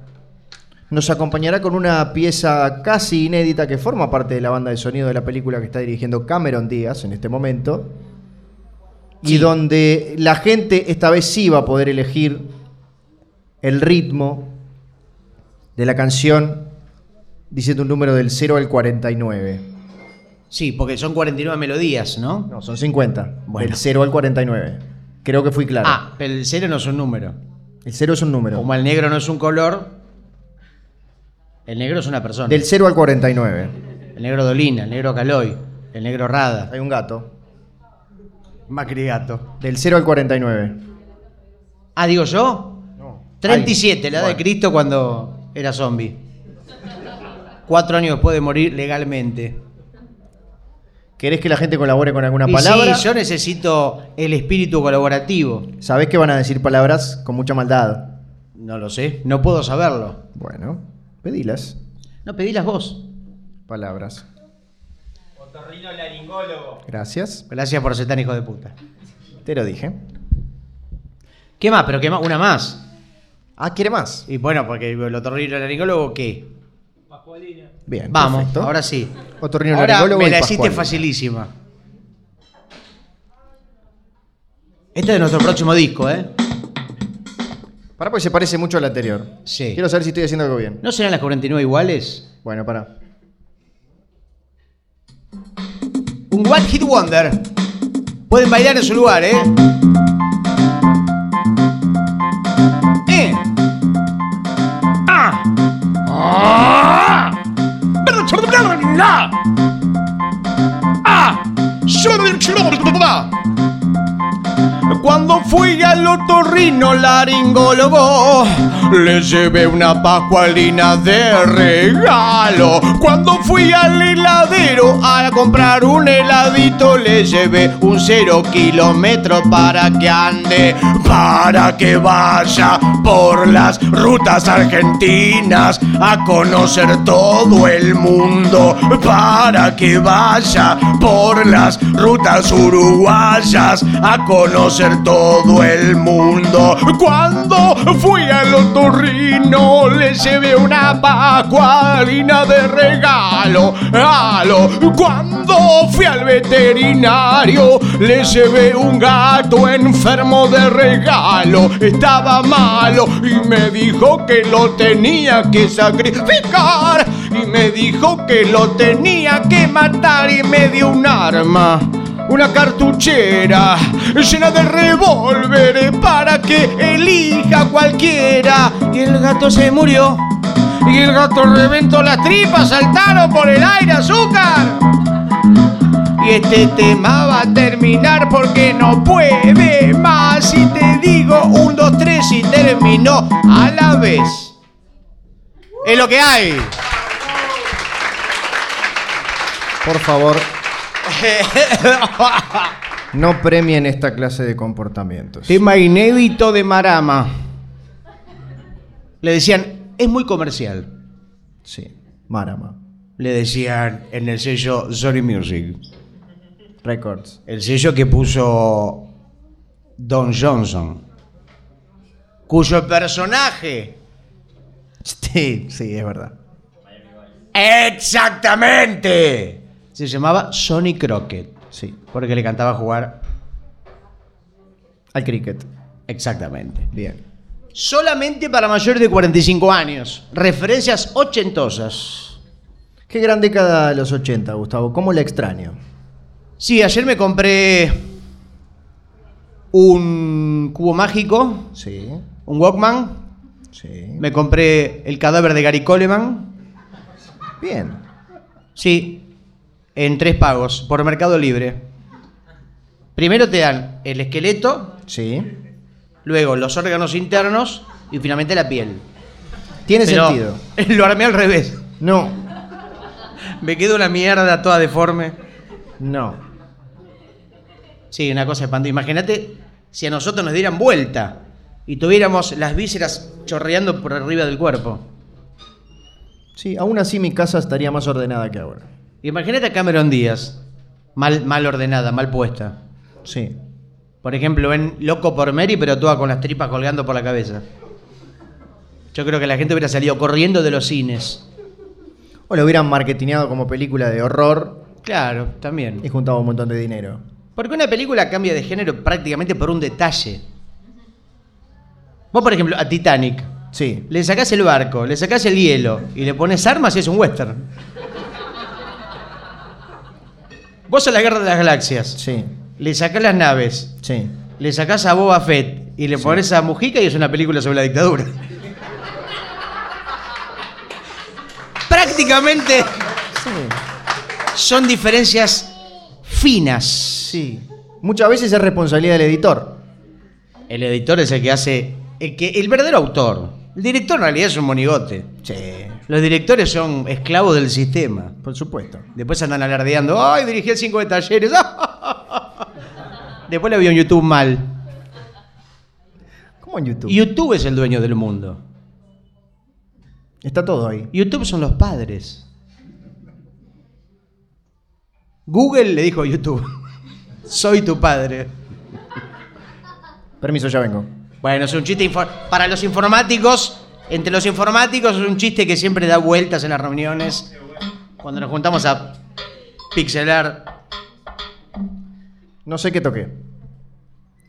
[SPEAKER 3] nos acompañará con una pieza casi inédita que forma parte de la banda de sonido de la película que está dirigiendo Cameron Díaz en este momento. Y donde la gente esta vez sí va a poder elegir el ritmo de la canción diciendo un número del 0 al 49.
[SPEAKER 1] Sí, porque son 49 melodías, ¿no?
[SPEAKER 3] No, son 50.
[SPEAKER 1] Bueno.
[SPEAKER 3] Del 0 al 49. Creo que fui claro.
[SPEAKER 1] Ah, pero el cero no es un número.
[SPEAKER 3] El 0 es un número.
[SPEAKER 1] Como el negro no es un color, el negro es una persona.
[SPEAKER 3] Del 0 al 49.
[SPEAKER 1] El negro Dolina, el negro Caloy, el negro Rada.
[SPEAKER 3] Hay un gato.
[SPEAKER 1] Macri gato.
[SPEAKER 3] Del 0 al 49.
[SPEAKER 1] Ah, digo yo.
[SPEAKER 3] No.
[SPEAKER 1] 37, la edad
[SPEAKER 3] Bueno.
[SPEAKER 1] de Cristo cuando era zombie. Cuatro años después de morir legalmente.
[SPEAKER 3] ¿Querés que la gente colabore con alguna
[SPEAKER 1] Y
[SPEAKER 3] palabra?
[SPEAKER 1] sí, yo necesito el espíritu colaborativo.
[SPEAKER 3] Sabés que van a decir palabras con mucha maldad.
[SPEAKER 1] No lo sé, no puedo saberlo.
[SPEAKER 3] Bueno, pedilas.
[SPEAKER 1] No, pedilas vos.
[SPEAKER 3] Palabras. Gracias.
[SPEAKER 1] Gracias por ser tan hijo de puta.
[SPEAKER 3] Te lo dije.
[SPEAKER 1] ¿Qué más? Pero qué más, una más.
[SPEAKER 3] Ah, ¿quiere más?
[SPEAKER 1] Y bueno, porque el otorrinolaringólogo, ¿qué?
[SPEAKER 3] Bien.
[SPEAKER 1] Vamos,
[SPEAKER 3] perfecto.
[SPEAKER 1] ahora sí. Ahora
[SPEAKER 3] Otorrinolaringólogo
[SPEAKER 1] me
[SPEAKER 3] y
[SPEAKER 1] la hiciste
[SPEAKER 3] Pascual.
[SPEAKER 1] facilísima. Este es de nuestro próximo disco, ¿eh?
[SPEAKER 3] Pará porque se parece mucho al anterior.
[SPEAKER 1] Sí.
[SPEAKER 3] Quiero saber si estoy haciendo algo bien.
[SPEAKER 1] ¿No serán las 49 iguales?
[SPEAKER 3] Bueno, pará.
[SPEAKER 1] Un One Hit Wonder. Pueden bailar en su lugar, ¿eh? ¡Eh! ¡Ah! ¡Ah! Cuando fui a lo
[SPEAKER 4] otorrino laringólogo le llevé una pascualina de regalo. Cuando fui al heladero a comprar un heladito, le llevé un cero kilómetro para que ande, para que vaya por las rutas argentinas a conocer todo el mundo, para que vaya por las rutas uruguayas a conocer todo el mundo. Cuando fui al otorrino le llevé una pacualina de regalo. Halo. Cuando fui al veterinario le llevé un gato enfermo de regalo. Estaba malo y me dijo que lo tenía que sacrificar. Y me dijo que lo tenía que matar y me dio un arma una cartuchera llena de revólveres para que elija cualquiera. Y el gato se murió. Y el gato reventó las tripas, saltaron por el aire azúcar. Y este tema va a terminar porque no puede más. Si te digo un, dos, tres y terminó a la vez.
[SPEAKER 1] Es lo que hay.
[SPEAKER 3] Por favor, no premien esta clase de comportamientos.
[SPEAKER 1] Tema inédito de Marama. Le decían, es muy comercial.
[SPEAKER 3] Sí, Marama.
[SPEAKER 1] Le decían en el sello Sony Music.
[SPEAKER 3] Records.
[SPEAKER 1] El sello que puso Don Johnson. Cuyo personaje.
[SPEAKER 3] Sí, sí, es verdad.
[SPEAKER 1] Exactamente se llamaba Sonny Crockett,
[SPEAKER 3] Sí,
[SPEAKER 1] porque le cantaba jugar
[SPEAKER 3] al cricket.
[SPEAKER 1] exactamente.
[SPEAKER 3] Bien.
[SPEAKER 1] Solamente para mayores de 45 años. Referencias ochentosas.
[SPEAKER 3] Qué gran década de los 80, Gustavo. ¿Cómo la extraño?
[SPEAKER 1] Sí, ayer me compré un cubo mágico,
[SPEAKER 3] Sí,
[SPEAKER 1] un Walkman,
[SPEAKER 3] sí.
[SPEAKER 1] me compré el cadáver de Gary Coleman.
[SPEAKER 3] Bien.
[SPEAKER 1] Sí, en tres pagos, por Mercado Libre. Primero te dan el esqueleto,
[SPEAKER 3] Sí.
[SPEAKER 1] luego los órganos internos y finalmente la piel.
[SPEAKER 3] Tiene
[SPEAKER 1] Pero
[SPEAKER 3] sentido.
[SPEAKER 1] Lo armé al revés.
[SPEAKER 3] No,
[SPEAKER 1] Me quedó una mierda toda deforme.
[SPEAKER 3] no.
[SPEAKER 1] Sí, una cosa espantosa. Imagínate si a nosotros nos dieran vuelta y tuviéramos las vísceras chorreando por arriba del cuerpo.
[SPEAKER 3] Sí, aún así mi casa estaría más ordenada que ahora.
[SPEAKER 1] Imagínate a Cameron Díaz, mal, mal ordenada, mal puesta.
[SPEAKER 3] Sí.
[SPEAKER 1] Por ejemplo, en Loco por Mary, pero toda con las tripas colgando por la cabeza. Yo creo que la gente hubiera salido corriendo de los cines.
[SPEAKER 3] O lo hubieran marketineado como película de horror
[SPEAKER 1] Claro, también.
[SPEAKER 3] y juntado un montón de dinero.
[SPEAKER 1] Porque una película cambia de género prácticamente por un detalle. Vos, por ejemplo, a Titanic,
[SPEAKER 3] Sí.
[SPEAKER 1] le sacás el barco, le sacás el hielo y le pones armas y es un western. Vos a la Guerra de las Galaxias,
[SPEAKER 3] Sí.
[SPEAKER 1] le sacás las naves,
[SPEAKER 3] Sí.
[SPEAKER 1] le sacás a Boba Fett y le pones a Mujica y es una película sobre la dictadura. Prácticamente
[SPEAKER 3] Sí.
[SPEAKER 1] son diferencias finas.
[SPEAKER 3] Sí. Muchas veces es responsabilidad del editor.
[SPEAKER 1] El editor es el que hace. El, que, el verdadero autor. El director en realidad es un monigote.
[SPEAKER 3] Sí.
[SPEAKER 1] Los directores son esclavos del sistema.
[SPEAKER 3] Por supuesto.
[SPEAKER 1] Después andan alardeando. ¡Ay, dirigí el 5 de talleres! Después lo vio en YouTube mal.
[SPEAKER 3] ¿Cómo en YouTube?
[SPEAKER 1] YouTube es el dueño del mundo.
[SPEAKER 3] Está todo ahí.
[SPEAKER 1] YouTube son los padres. Google le dijo a YouTube: Soy tu padre.
[SPEAKER 3] Permiso, ya vengo.
[SPEAKER 1] Bueno, es un chiste infor- para los informáticos. Entre los informáticos es un chiste que siempre da vueltas en las reuniones. Cuando nos juntamos a pixelar.
[SPEAKER 3] No sé qué toqué.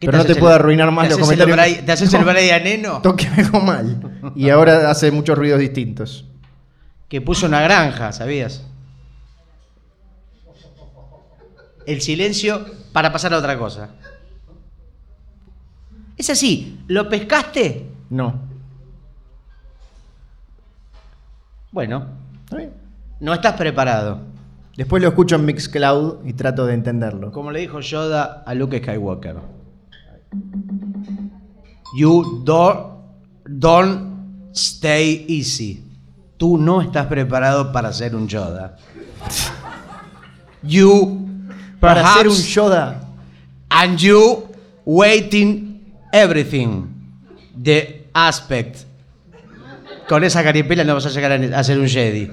[SPEAKER 1] ¿qué
[SPEAKER 3] Pero no
[SPEAKER 1] haces
[SPEAKER 3] te puedo arruinar más los
[SPEAKER 1] haces el
[SPEAKER 3] comentarios.
[SPEAKER 1] Bri- ¿Te haces el
[SPEAKER 3] No.
[SPEAKER 1] Brian Eno?
[SPEAKER 3] Toqué algo mal. Y ahora hace muchos ruidos distintos.
[SPEAKER 1] Que puso una granja, ¿sabías? El silencio para pasar a otra cosa. Es así, ¿lo pescaste?
[SPEAKER 3] No.
[SPEAKER 1] Bueno,
[SPEAKER 3] Está bien.
[SPEAKER 1] no estás preparado.
[SPEAKER 3] Después lo escucho en Mixcloud y trato de entenderlo.
[SPEAKER 1] Como le dijo Yoda a Luke Skywalker. You don't, don't stay easy. Tú no estás preparado para ser un Yoda. You
[SPEAKER 2] Para ser un
[SPEAKER 1] perhaps-
[SPEAKER 2] Yoda.
[SPEAKER 1] and you waiting everything the aspect con esa caripela no vas a llegar a a ser un Jedi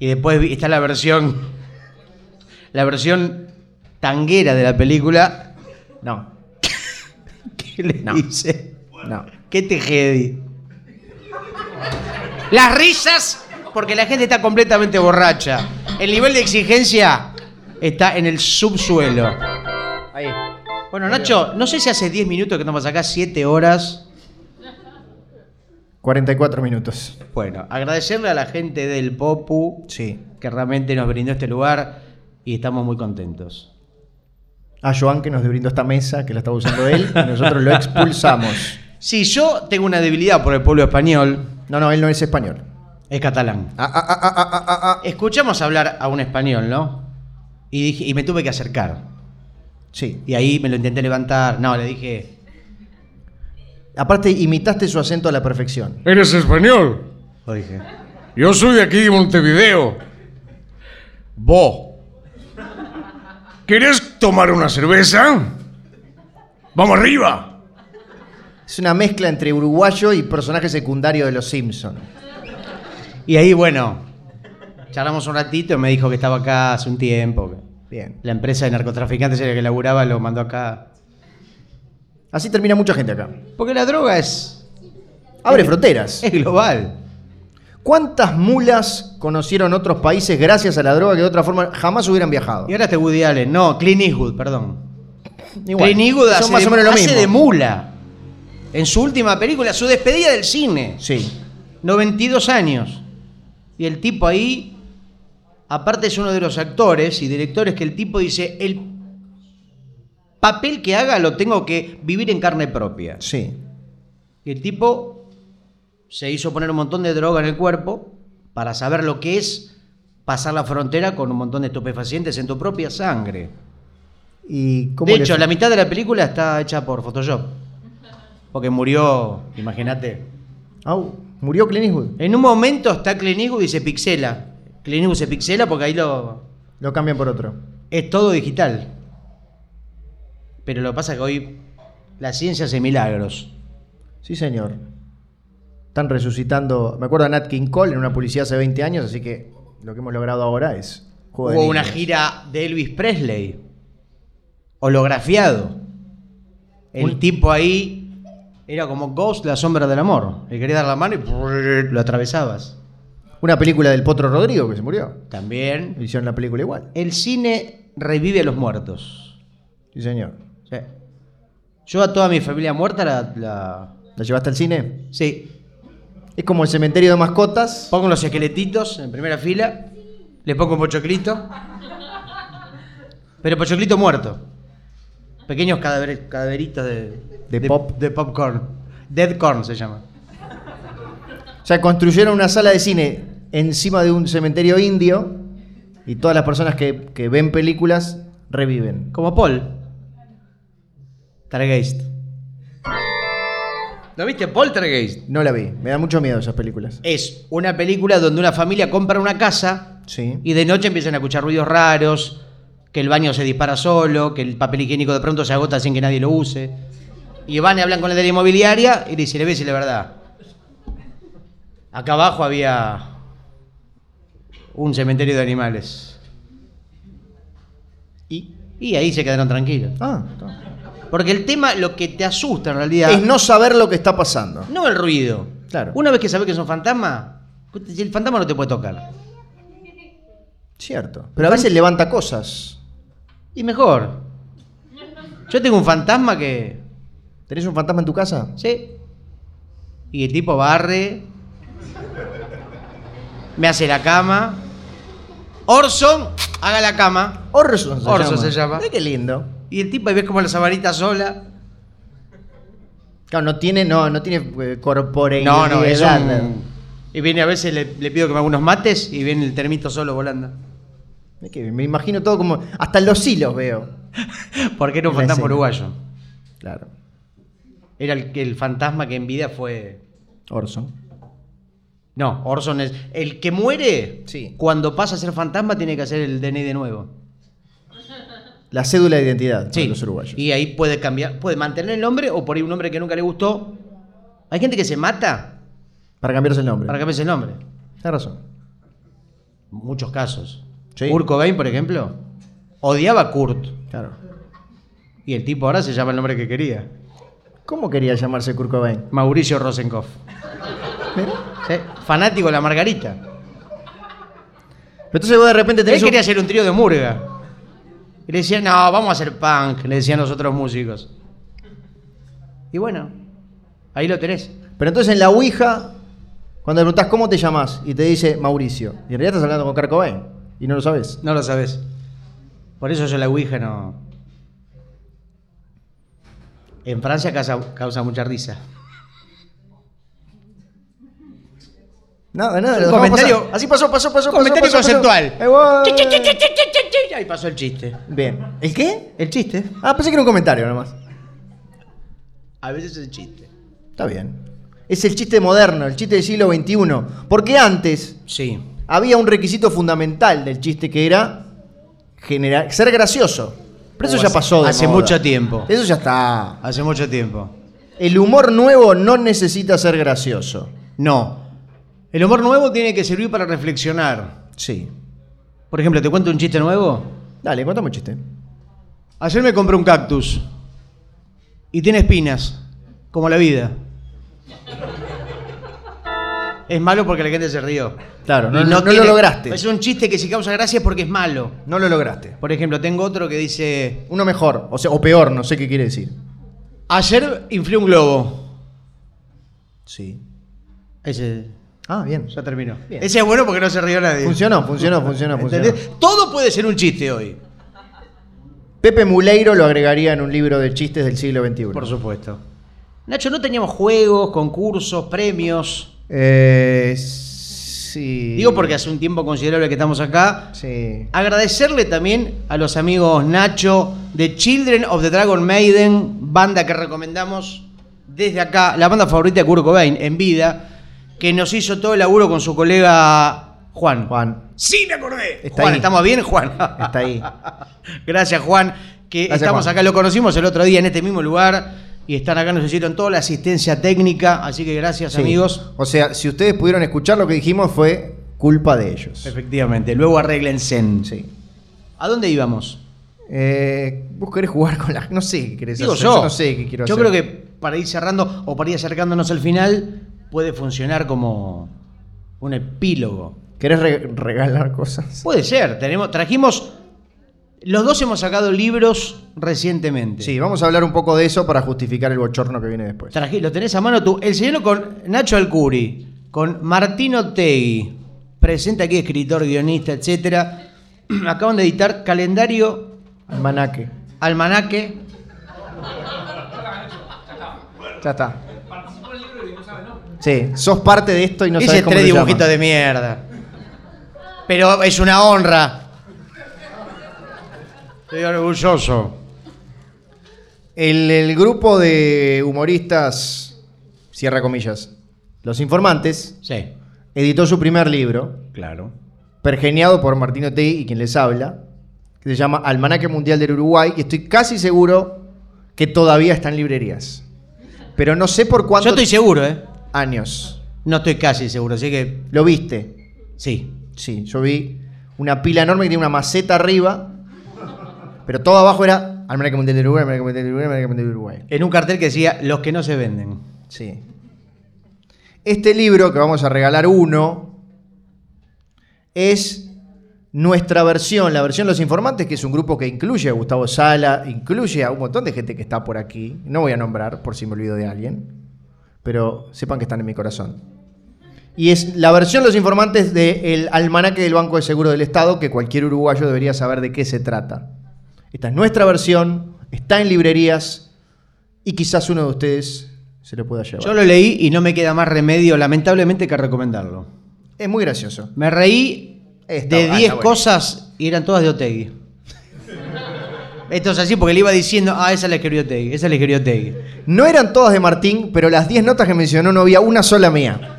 [SPEAKER 1] y después vi- está la versión la versión tanguera de la película no ¿qué le dice?
[SPEAKER 3] No.
[SPEAKER 1] ¿qué te Jedi? las risas porque la gente está completamente borracha el nivel de exigencia está en el subsuelo
[SPEAKER 2] Ahí.
[SPEAKER 1] bueno, Nacho, no sé si hace 10 minutos que estamos acá, 7 horas.
[SPEAKER 3] 44 minutos.
[SPEAKER 1] Bueno, agradecerle a la gente del Popu
[SPEAKER 3] Sí.
[SPEAKER 1] que realmente nos brindó este lugar y estamos muy contentos.
[SPEAKER 3] A Joan que nos brindó esta mesa, que la estaba usando él, y nosotros lo expulsamos.
[SPEAKER 1] Sí, yo tengo una debilidad por el pueblo español,
[SPEAKER 3] No, no, él no es español.
[SPEAKER 1] es catalán.
[SPEAKER 3] Ah, ah, ah, ah, ah, ah, ah.
[SPEAKER 1] Escuchamos hablar a un español, ¿no? Y, dije- y me tuve que acercar.
[SPEAKER 3] Sí.
[SPEAKER 1] Y ahí me lo intenté levantar. No, le dije,
[SPEAKER 3] Aparte, imitaste su acento a la perfección.
[SPEAKER 4] ¿Eres español?
[SPEAKER 1] lo dije.
[SPEAKER 4] Yo soy de aquí de Montevideo. Vos. ¿Querés tomar una cerveza? ¡Vamos arriba!
[SPEAKER 3] Es una mezcla entre uruguayo y personaje secundario de los Simpsons.
[SPEAKER 1] Y ahí, bueno, charlamos un ratito y me dijo que estaba acá hace un tiempo.
[SPEAKER 3] Bien.
[SPEAKER 1] La empresa de narcotraficantes en la que laburaba lo mandó acá.
[SPEAKER 3] Así termina mucha gente acá.
[SPEAKER 1] Porque la droga es
[SPEAKER 3] Abre fronteras.
[SPEAKER 1] Es global.
[SPEAKER 3] ¿Cuántas mulas conocieron otros países gracias a la droga que de otra forma jamás hubieran viajado?
[SPEAKER 1] Y ahora este Woody Allen. No, Clint Eastwood, perdón.
[SPEAKER 3] Igual,
[SPEAKER 1] Clint Eastwood hace,
[SPEAKER 3] son más
[SPEAKER 1] de,
[SPEAKER 3] o menos lo
[SPEAKER 1] hace
[SPEAKER 3] mismo.
[SPEAKER 1] de mula. En su última película, su despedida del cine.
[SPEAKER 3] Sí.
[SPEAKER 1] 92 años. Y el tipo ahí, aparte es uno de los actores y directores que el tipo dice, el papel que haga lo tengo que vivir en carne propia.
[SPEAKER 3] Sí.
[SPEAKER 1] Y el tipo se hizo poner un montón de droga en el cuerpo para saber lo que es pasar la frontera con un montón de estupefacientes en tu propia sangre.
[SPEAKER 3] ¿Y cómo
[SPEAKER 1] De
[SPEAKER 3] le
[SPEAKER 1] hecho,
[SPEAKER 3] fue?
[SPEAKER 1] la mitad de la película está hecha por Photoshop. Porque murió, imagínate.
[SPEAKER 3] Au, murió Clint Eastwood.
[SPEAKER 1] En un momento está Clint Eastwood y se pixela. Clint Eastwood se pixela porque ahí lo...
[SPEAKER 3] Lo cambian por otro.
[SPEAKER 1] Es todo digital. Pero lo que pasa es que hoy la ciencia hace milagros.
[SPEAKER 3] Sí, señor. Están resucitando. Me acuerdo a Nat King Cole en una publicidad hace 20 años, así que lo que hemos logrado ahora es. juego de
[SPEAKER 1] Hubo una
[SPEAKER 3] niños.
[SPEAKER 1] gira de Elvis Presley, holografiado. El tipo ahí era como Ghost, la sombra del amor. Le quería dar la mano y prrr, lo atravesabas.
[SPEAKER 3] Una película del Potro Rodrigo que se murió.
[SPEAKER 1] También.
[SPEAKER 3] Hicieron la película igual.
[SPEAKER 1] El cine revive a los muertos.
[SPEAKER 3] Sí, señor.
[SPEAKER 1] O sea, Yo a toda mi familia muerta la... la-
[SPEAKER 3] ¿La llevaste al cine?
[SPEAKER 1] Sí,
[SPEAKER 3] Es como el cementerio de mascotas.
[SPEAKER 1] pongo los esqueletitos en primera fila, le pongo un pochoclito, pero pochoclito muerto. Pequeños cadaver- cadaveritos de,
[SPEAKER 3] De pop.
[SPEAKER 1] de popcorn. Dead corn se llama.
[SPEAKER 3] O sea, construyeron una sala de cine encima de un cementerio indio y todas las personas que, que ven películas reviven.
[SPEAKER 1] Como Paul. Targeist. ¿Lo viste? Paul Targeist.
[SPEAKER 3] No la vi. Me da mucho miedo esas películas.
[SPEAKER 1] Es una película donde una familia compra una casa
[SPEAKER 3] Sí.
[SPEAKER 1] y de noche empiezan a escuchar ruidos raros, que el baño se dispara solo, que el papel higiénico de pronto se agota sin que nadie lo use. Y van y hablan con la de la inmobiliaria y le dicen, le ves la verdad. Acá abajo había un cementerio de animales.
[SPEAKER 3] Y.
[SPEAKER 1] Y ahí se quedaron tranquilos.
[SPEAKER 3] Ah, está.
[SPEAKER 1] Porque el tema, lo que te asusta en realidad,
[SPEAKER 3] Es
[SPEAKER 1] no,
[SPEAKER 3] no saber lo que está pasando.
[SPEAKER 1] el ruido.
[SPEAKER 3] Claro.
[SPEAKER 1] Una vez que sabes que es un fantasma, el fantasma no te puede tocar.
[SPEAKER 3] Cierto. Pero a veces levanta cosas.
[SPEAKER 1] Y mejor. Yo tengo un fantasma que.
[SPEAKER 3] ¿Tenés un fantasma en tu casa?
[SPEAKER 1] ¿Sí? Y el tipo barre. Me hace la cama. Orson, haga la cama.
[SPEAKER 3] Orson se
[SPEAKER 1] Orson
[SPEAKER 3] llama.
[SPEAKER 1] se llama.
[SPEAKER 3] Mirá qué lindo.
[SPEAKER 1] Y el tipo ahí ves como la sabanita sola.
[SPEAKER 3] Claro, no tiene, no, no tiene eh, corporeidad.
[SPEAKER 1] No, no, es un- Y viene a veces, le, le pido que me haga unos mates y viene el termito solo volando.
[SPEAKER 3] Mirá que Me imagino todo como. Hasta los hilos veo.
[SPEAKER 1] Porque era un
[SPEAKER 2] La
[SPEAKER 1] fantasma
[SPEAKER 2] escena.
[SPEAKER 1] uruguayo.
[SPEAKER 3] Claro.
[SPEAKER 1] Era el, que- el fantasma que en vida fue.
[SPEAKER 3] Orson.
[SPEAKER 1] No, Orson es. El que muere,
[SPEAKER 3] Sí.
[SPEAKER 1] cuando pasa a ser fantasma, tiene que hacer el DNI de nuevo.
[SPEAKER 3] La cédula de identidad
[SPEAKER 1] Sí.
[SPEAKER 3] de los uruguayos.
[SPEAKER 1] Y ahí puede cambiar. Puede mantener el nombre o por ahí un nombre que nunca le gustó. Hay gente que se mata
[SPEAKER 3] Para cambiarse el nombre.
[SPEAKER 1] para cambiarse el nombre.
[SPEAKER 3] Tienes razón.
[SPEAKER 1] Muchos casos.
[SPEAKER 3] Sí.
[SPEAKER 1] Kurt Cobain, por ejemplo, odiaba a Kurt.
[SPEAKER 3] Claro.
[SPEAKER 1] Y el tipo ahora se llama el nombre que quería.
[SPEAKER 3] ¿Cómo quería llamarse Kurt Cobain?
[SPEAKER 1] Mauricio Rosenkoff. Sí, Fanático de la Margarita.
[SPEAKER 3] Pero entonces vos de repente
[SPEAKER 1] Él
[SPEAKER 3] tenés un-
[SPEAKER 1] quería hacer un trío de murga. Y le decían, no, vamos a hacer punk, le decían los otros músicos. Y bueno, ahí lo tenés.
[SPEAKER 3] Pero entonces en la Ouija, cuando le preguntás cómo te llamás y te dice Mauricio, y en realidad estás hablando con Kurt Cobain y no lo sabes.
[SPEAKER 1] No lo sabés. Por eso yo la Ouija no. En Francia causa, causa mucha risa.
[SPEAKER 3] Nada, nada.
[SPEAKER 1] Un
[SPEAKER 3] lo dejamos
[SPEAKER 1] comentario-
[SPEAKER 3] pasar. Así pasó, pasó, pasó.
[SPEAKER 1] comentario
[SPEAKER 3] pasó, pasó,
[SPEAKER 1] conceptual.
[SPEAKER 3] pasó. Ahí va.
[SPEAKER 1] Y ahí pasó el chiste.
[SPEAKER 3] Bien. ¿El qué?
[SPEAKER 1] El chiste.
[SPEAKER 3] Ah, pensé que era un comentario nomás.
[SPEAKER 1] A veces el chiste.
[SPEAKER 3] Está bien. Es el chiste moderno, el chiste del siglo XXI. Porque antes
[SPEAKER 1] Sí.
[SPEAKER 3] había un requisito fundamental del chiste que era generar, ser gracioso. Pero eso
[SPEAKER 1] Uh,
[SPEAKER 3] ya
[SPEAKER 1] hace-
[SPEAKER 3] pasó de
[SPEAKER 1] hace
[SPEAKER 3] moda.
[SPEAKER 1] mucho tiempo.
[SPEAKER 3] Eso ya está.
[SPEAKER 1] Hace mucho tiempo.
[SPEAKER 3] El humor nuevo no necesita ser gracioso.
[SPEAKER 1] No. El humor nuevo tiene que servir para reflexionar.
[SPEAKER 3] Sí.
[SPEAKER 1] Por ejemplo, te cuento un chiste nuevo.
[SPEAKER 3] Dale, cuéntame un chiste.
[SPEAKER 1] Ayer me compré un cactus. Y tiene espinas. Como la vida. Es malo porque la gente se rió.
[SPEAKER 3] Claro,
[SPEAKER 1] Y
[SPEAKER 3] no- no lo lograste.
[SPEAKER 1] Es un chiste que si causa gracia es porque es malo.
[SPEAKER 3] No lo lograste.
[SPEAKER 1] Por ejemplo, tengo otro que dice.
[SPEAKER 3] Uno mejor, o sea, o peor, no sé qué quiere decir.
[SPEAKER 1] Ayer inflé un globo.
[SPEAKER 3] Sí.
[SPEAKER 1] Ese.
[SPEAKER 3] Ah, bien.
[SPEAKER 1] Ya terminó.
[SPEAKER 3] Bien.
[SPEAKER 1] Ese es bueno porque no se rió nadie.
[SPEAKER 3] Funcionó, funcionó, funcionó, funcionó.
[SPEAKER 1] ¿Entendés? Todo puede ser un chiste hoy.
[SPEAKER 3] Pepe Muleiro lo agregaría en un libro de chistes del siglo XXI.
[SPEAKER 1] Por supuesto. Nacho, no teníamos juegos, concursos, premios.
[SPEAKER 3] Eh, sí.
[SPEAKER 1] Digo porque hace un tiempo considerable que estamos acá.
[SPEAKER 3] Sí.
[SPEAKER 1] Agradecerle también a los amigos Nacho de Children of the Dragon Maiden, banda que recomendamos desde acá, la banda favorita de Kurt Cobain en vida, que nos hizo todo el laburo con su colega Juan.
[SPEAKER 3] Juan,
[SPEAKER 1] Sí, me acordé.
[SPEAKER 3] Está
[SPEAKER 1] Juan,
[SPEAKER 3] ahí.
[SPEAKER 1] ¿estamos bien, Juan?
[SPEAKER 3] está ahí.
[SPEAKER 1] Gracias, Juan, que
[SPEAKER 3] Gracias,
[SPEAKER 1] estamos
[SPEAKER 3] Juan.
[SPEAKER 1] acá, lo conocimos el otro día en este mismo lugar y están acá, nos hicieron toda la asistencia técnica, así que gracias,
[SPEAKER 3] Sí.
[SPEAKER 1] amigos.
[SPEAKER 3] O sea, si ustedes pudieron escuchar lo que dijimos fue culpa de ellos.
[SPEAKER 1] Efectivamente, luego arréglense.
[SPEAKER 3] Sí.
[SPEAKER 1] ¿A dónde íbamos?
[SPEAKER 3] Eh, vos querés jugar con la... No sé qué querés
[SPEAKER 1] Digo
[SPEAKER 3] hacer.
[SPEAKER 1] yo.
[SPEAKER 3] no sé qué quiero
[SPEAKER 1] Yo
[SPEAKER 3] hacer.
[SPEAKER 1] creo que para ir cerrando o para ir acercándonos al final puede funcionar como un epílogo.
[SPEAKER 3] ¿Querés re- regalar cosas?
[SPEAKER 1] Puede ser, tenemos, trajimos. Los dos hemos sacado libros recientemente.
[SPEAKER 3] Sí, vamos a hablar un poco de eso para justificar el bochorno que viene después.
[SPEAKER 1] Trají- lo tenés a mano tú. El señor con Nacho Alcuri, con Martino Tegui, presenta aquí escritor, guionista, etcétera. Acaban de editar calendario
[SPEAKER 3] Almanaque.
[SPEAKER 1] almanaque.
[SPEAKER 3] Ya está. Sí, sos parte de esto y no
[SPEAKER 1] Hice
[SPEAKER 3] sabes cómo
[SPEAKER 1] tres
[SPEAKER 3] se llama.
[SPEAKER 1] dibujitos de mierda. Pero es una honra. Estoy orgulloso.
[SPEAKER 3] El, el grupo de humoristas, cierra comillas, Los Informantes,
[SPEAKER 1] Sí,
[SPEAKER 3] editó su primer libro,
[SPEAKER 1] claro.
[SPEAKER 3] pergeniado por Martino Tei y quien les habla, que se llama Almanaque Mundial del Uruguay, y estoy casi seguro que todavía está en librerías. Pero no sé por
[SPEAKER 1] Yo
[SPEAKER 3] cuántos
[SPEAKER 1] estoy seguro, ¿eh?
[SPEAKER 3] años.
[SPEAKER 1] No estoy casi seguro, así que
[SPEAKER 3] ¿Lo viste?
[SPEAKER 1] sí.
[SPEAKER 3] Sí, yo vi una pila enorme que tenía una maceta arriba, pero todo abajo era Almanaque Mundial del Uruguay, Almanaque Mundial del Uruguay, Almanaque Mundial del Uruguay.
[SPEAKER 1] En un cartel que decía los que no se venden.
[SPEAKER 3] Sí. Este libro, que vamos a regalar uno, es nuestra versión, la versión Los Informantes, que es un grupo que incluye a Gustavo Sala, incluye a un montón de gente que está por aquí. No voy a nombrar por si me olvido de alguien, pero sepan que están en mi corazón. Y es la versión Los Informantes del almanaque del Banco de Seguro del Estado, que cualquier uruguayo debería saber de qué se trata. Esta es nuestra versión, está en librerías y quizás uno de ustedes se lo pueda llevar.
[SPEAKER 1] Yo lo leí y no me queda más remedio, lamentablemente, que recomendarlo.
[SPEAKER 3] Es muy gracioso.
[SPEAKER 1] Me reí
[SPEAKER 3] Está- ah,
[SPEAKER 1] de
[SPEAKER 3] está
[SPEAKER 1] 10
[SPEAKER 3] bueno.
[SPEAKER 1] cosas y eran todas de Otegui. Esto es así porque le iba diciendo, ah, esa la escribió Tegui, esa la escribió Tegui.
[SPEAKER 3] No eran todas de Martín, pero las 10 notas que mencionó no había una sola mía.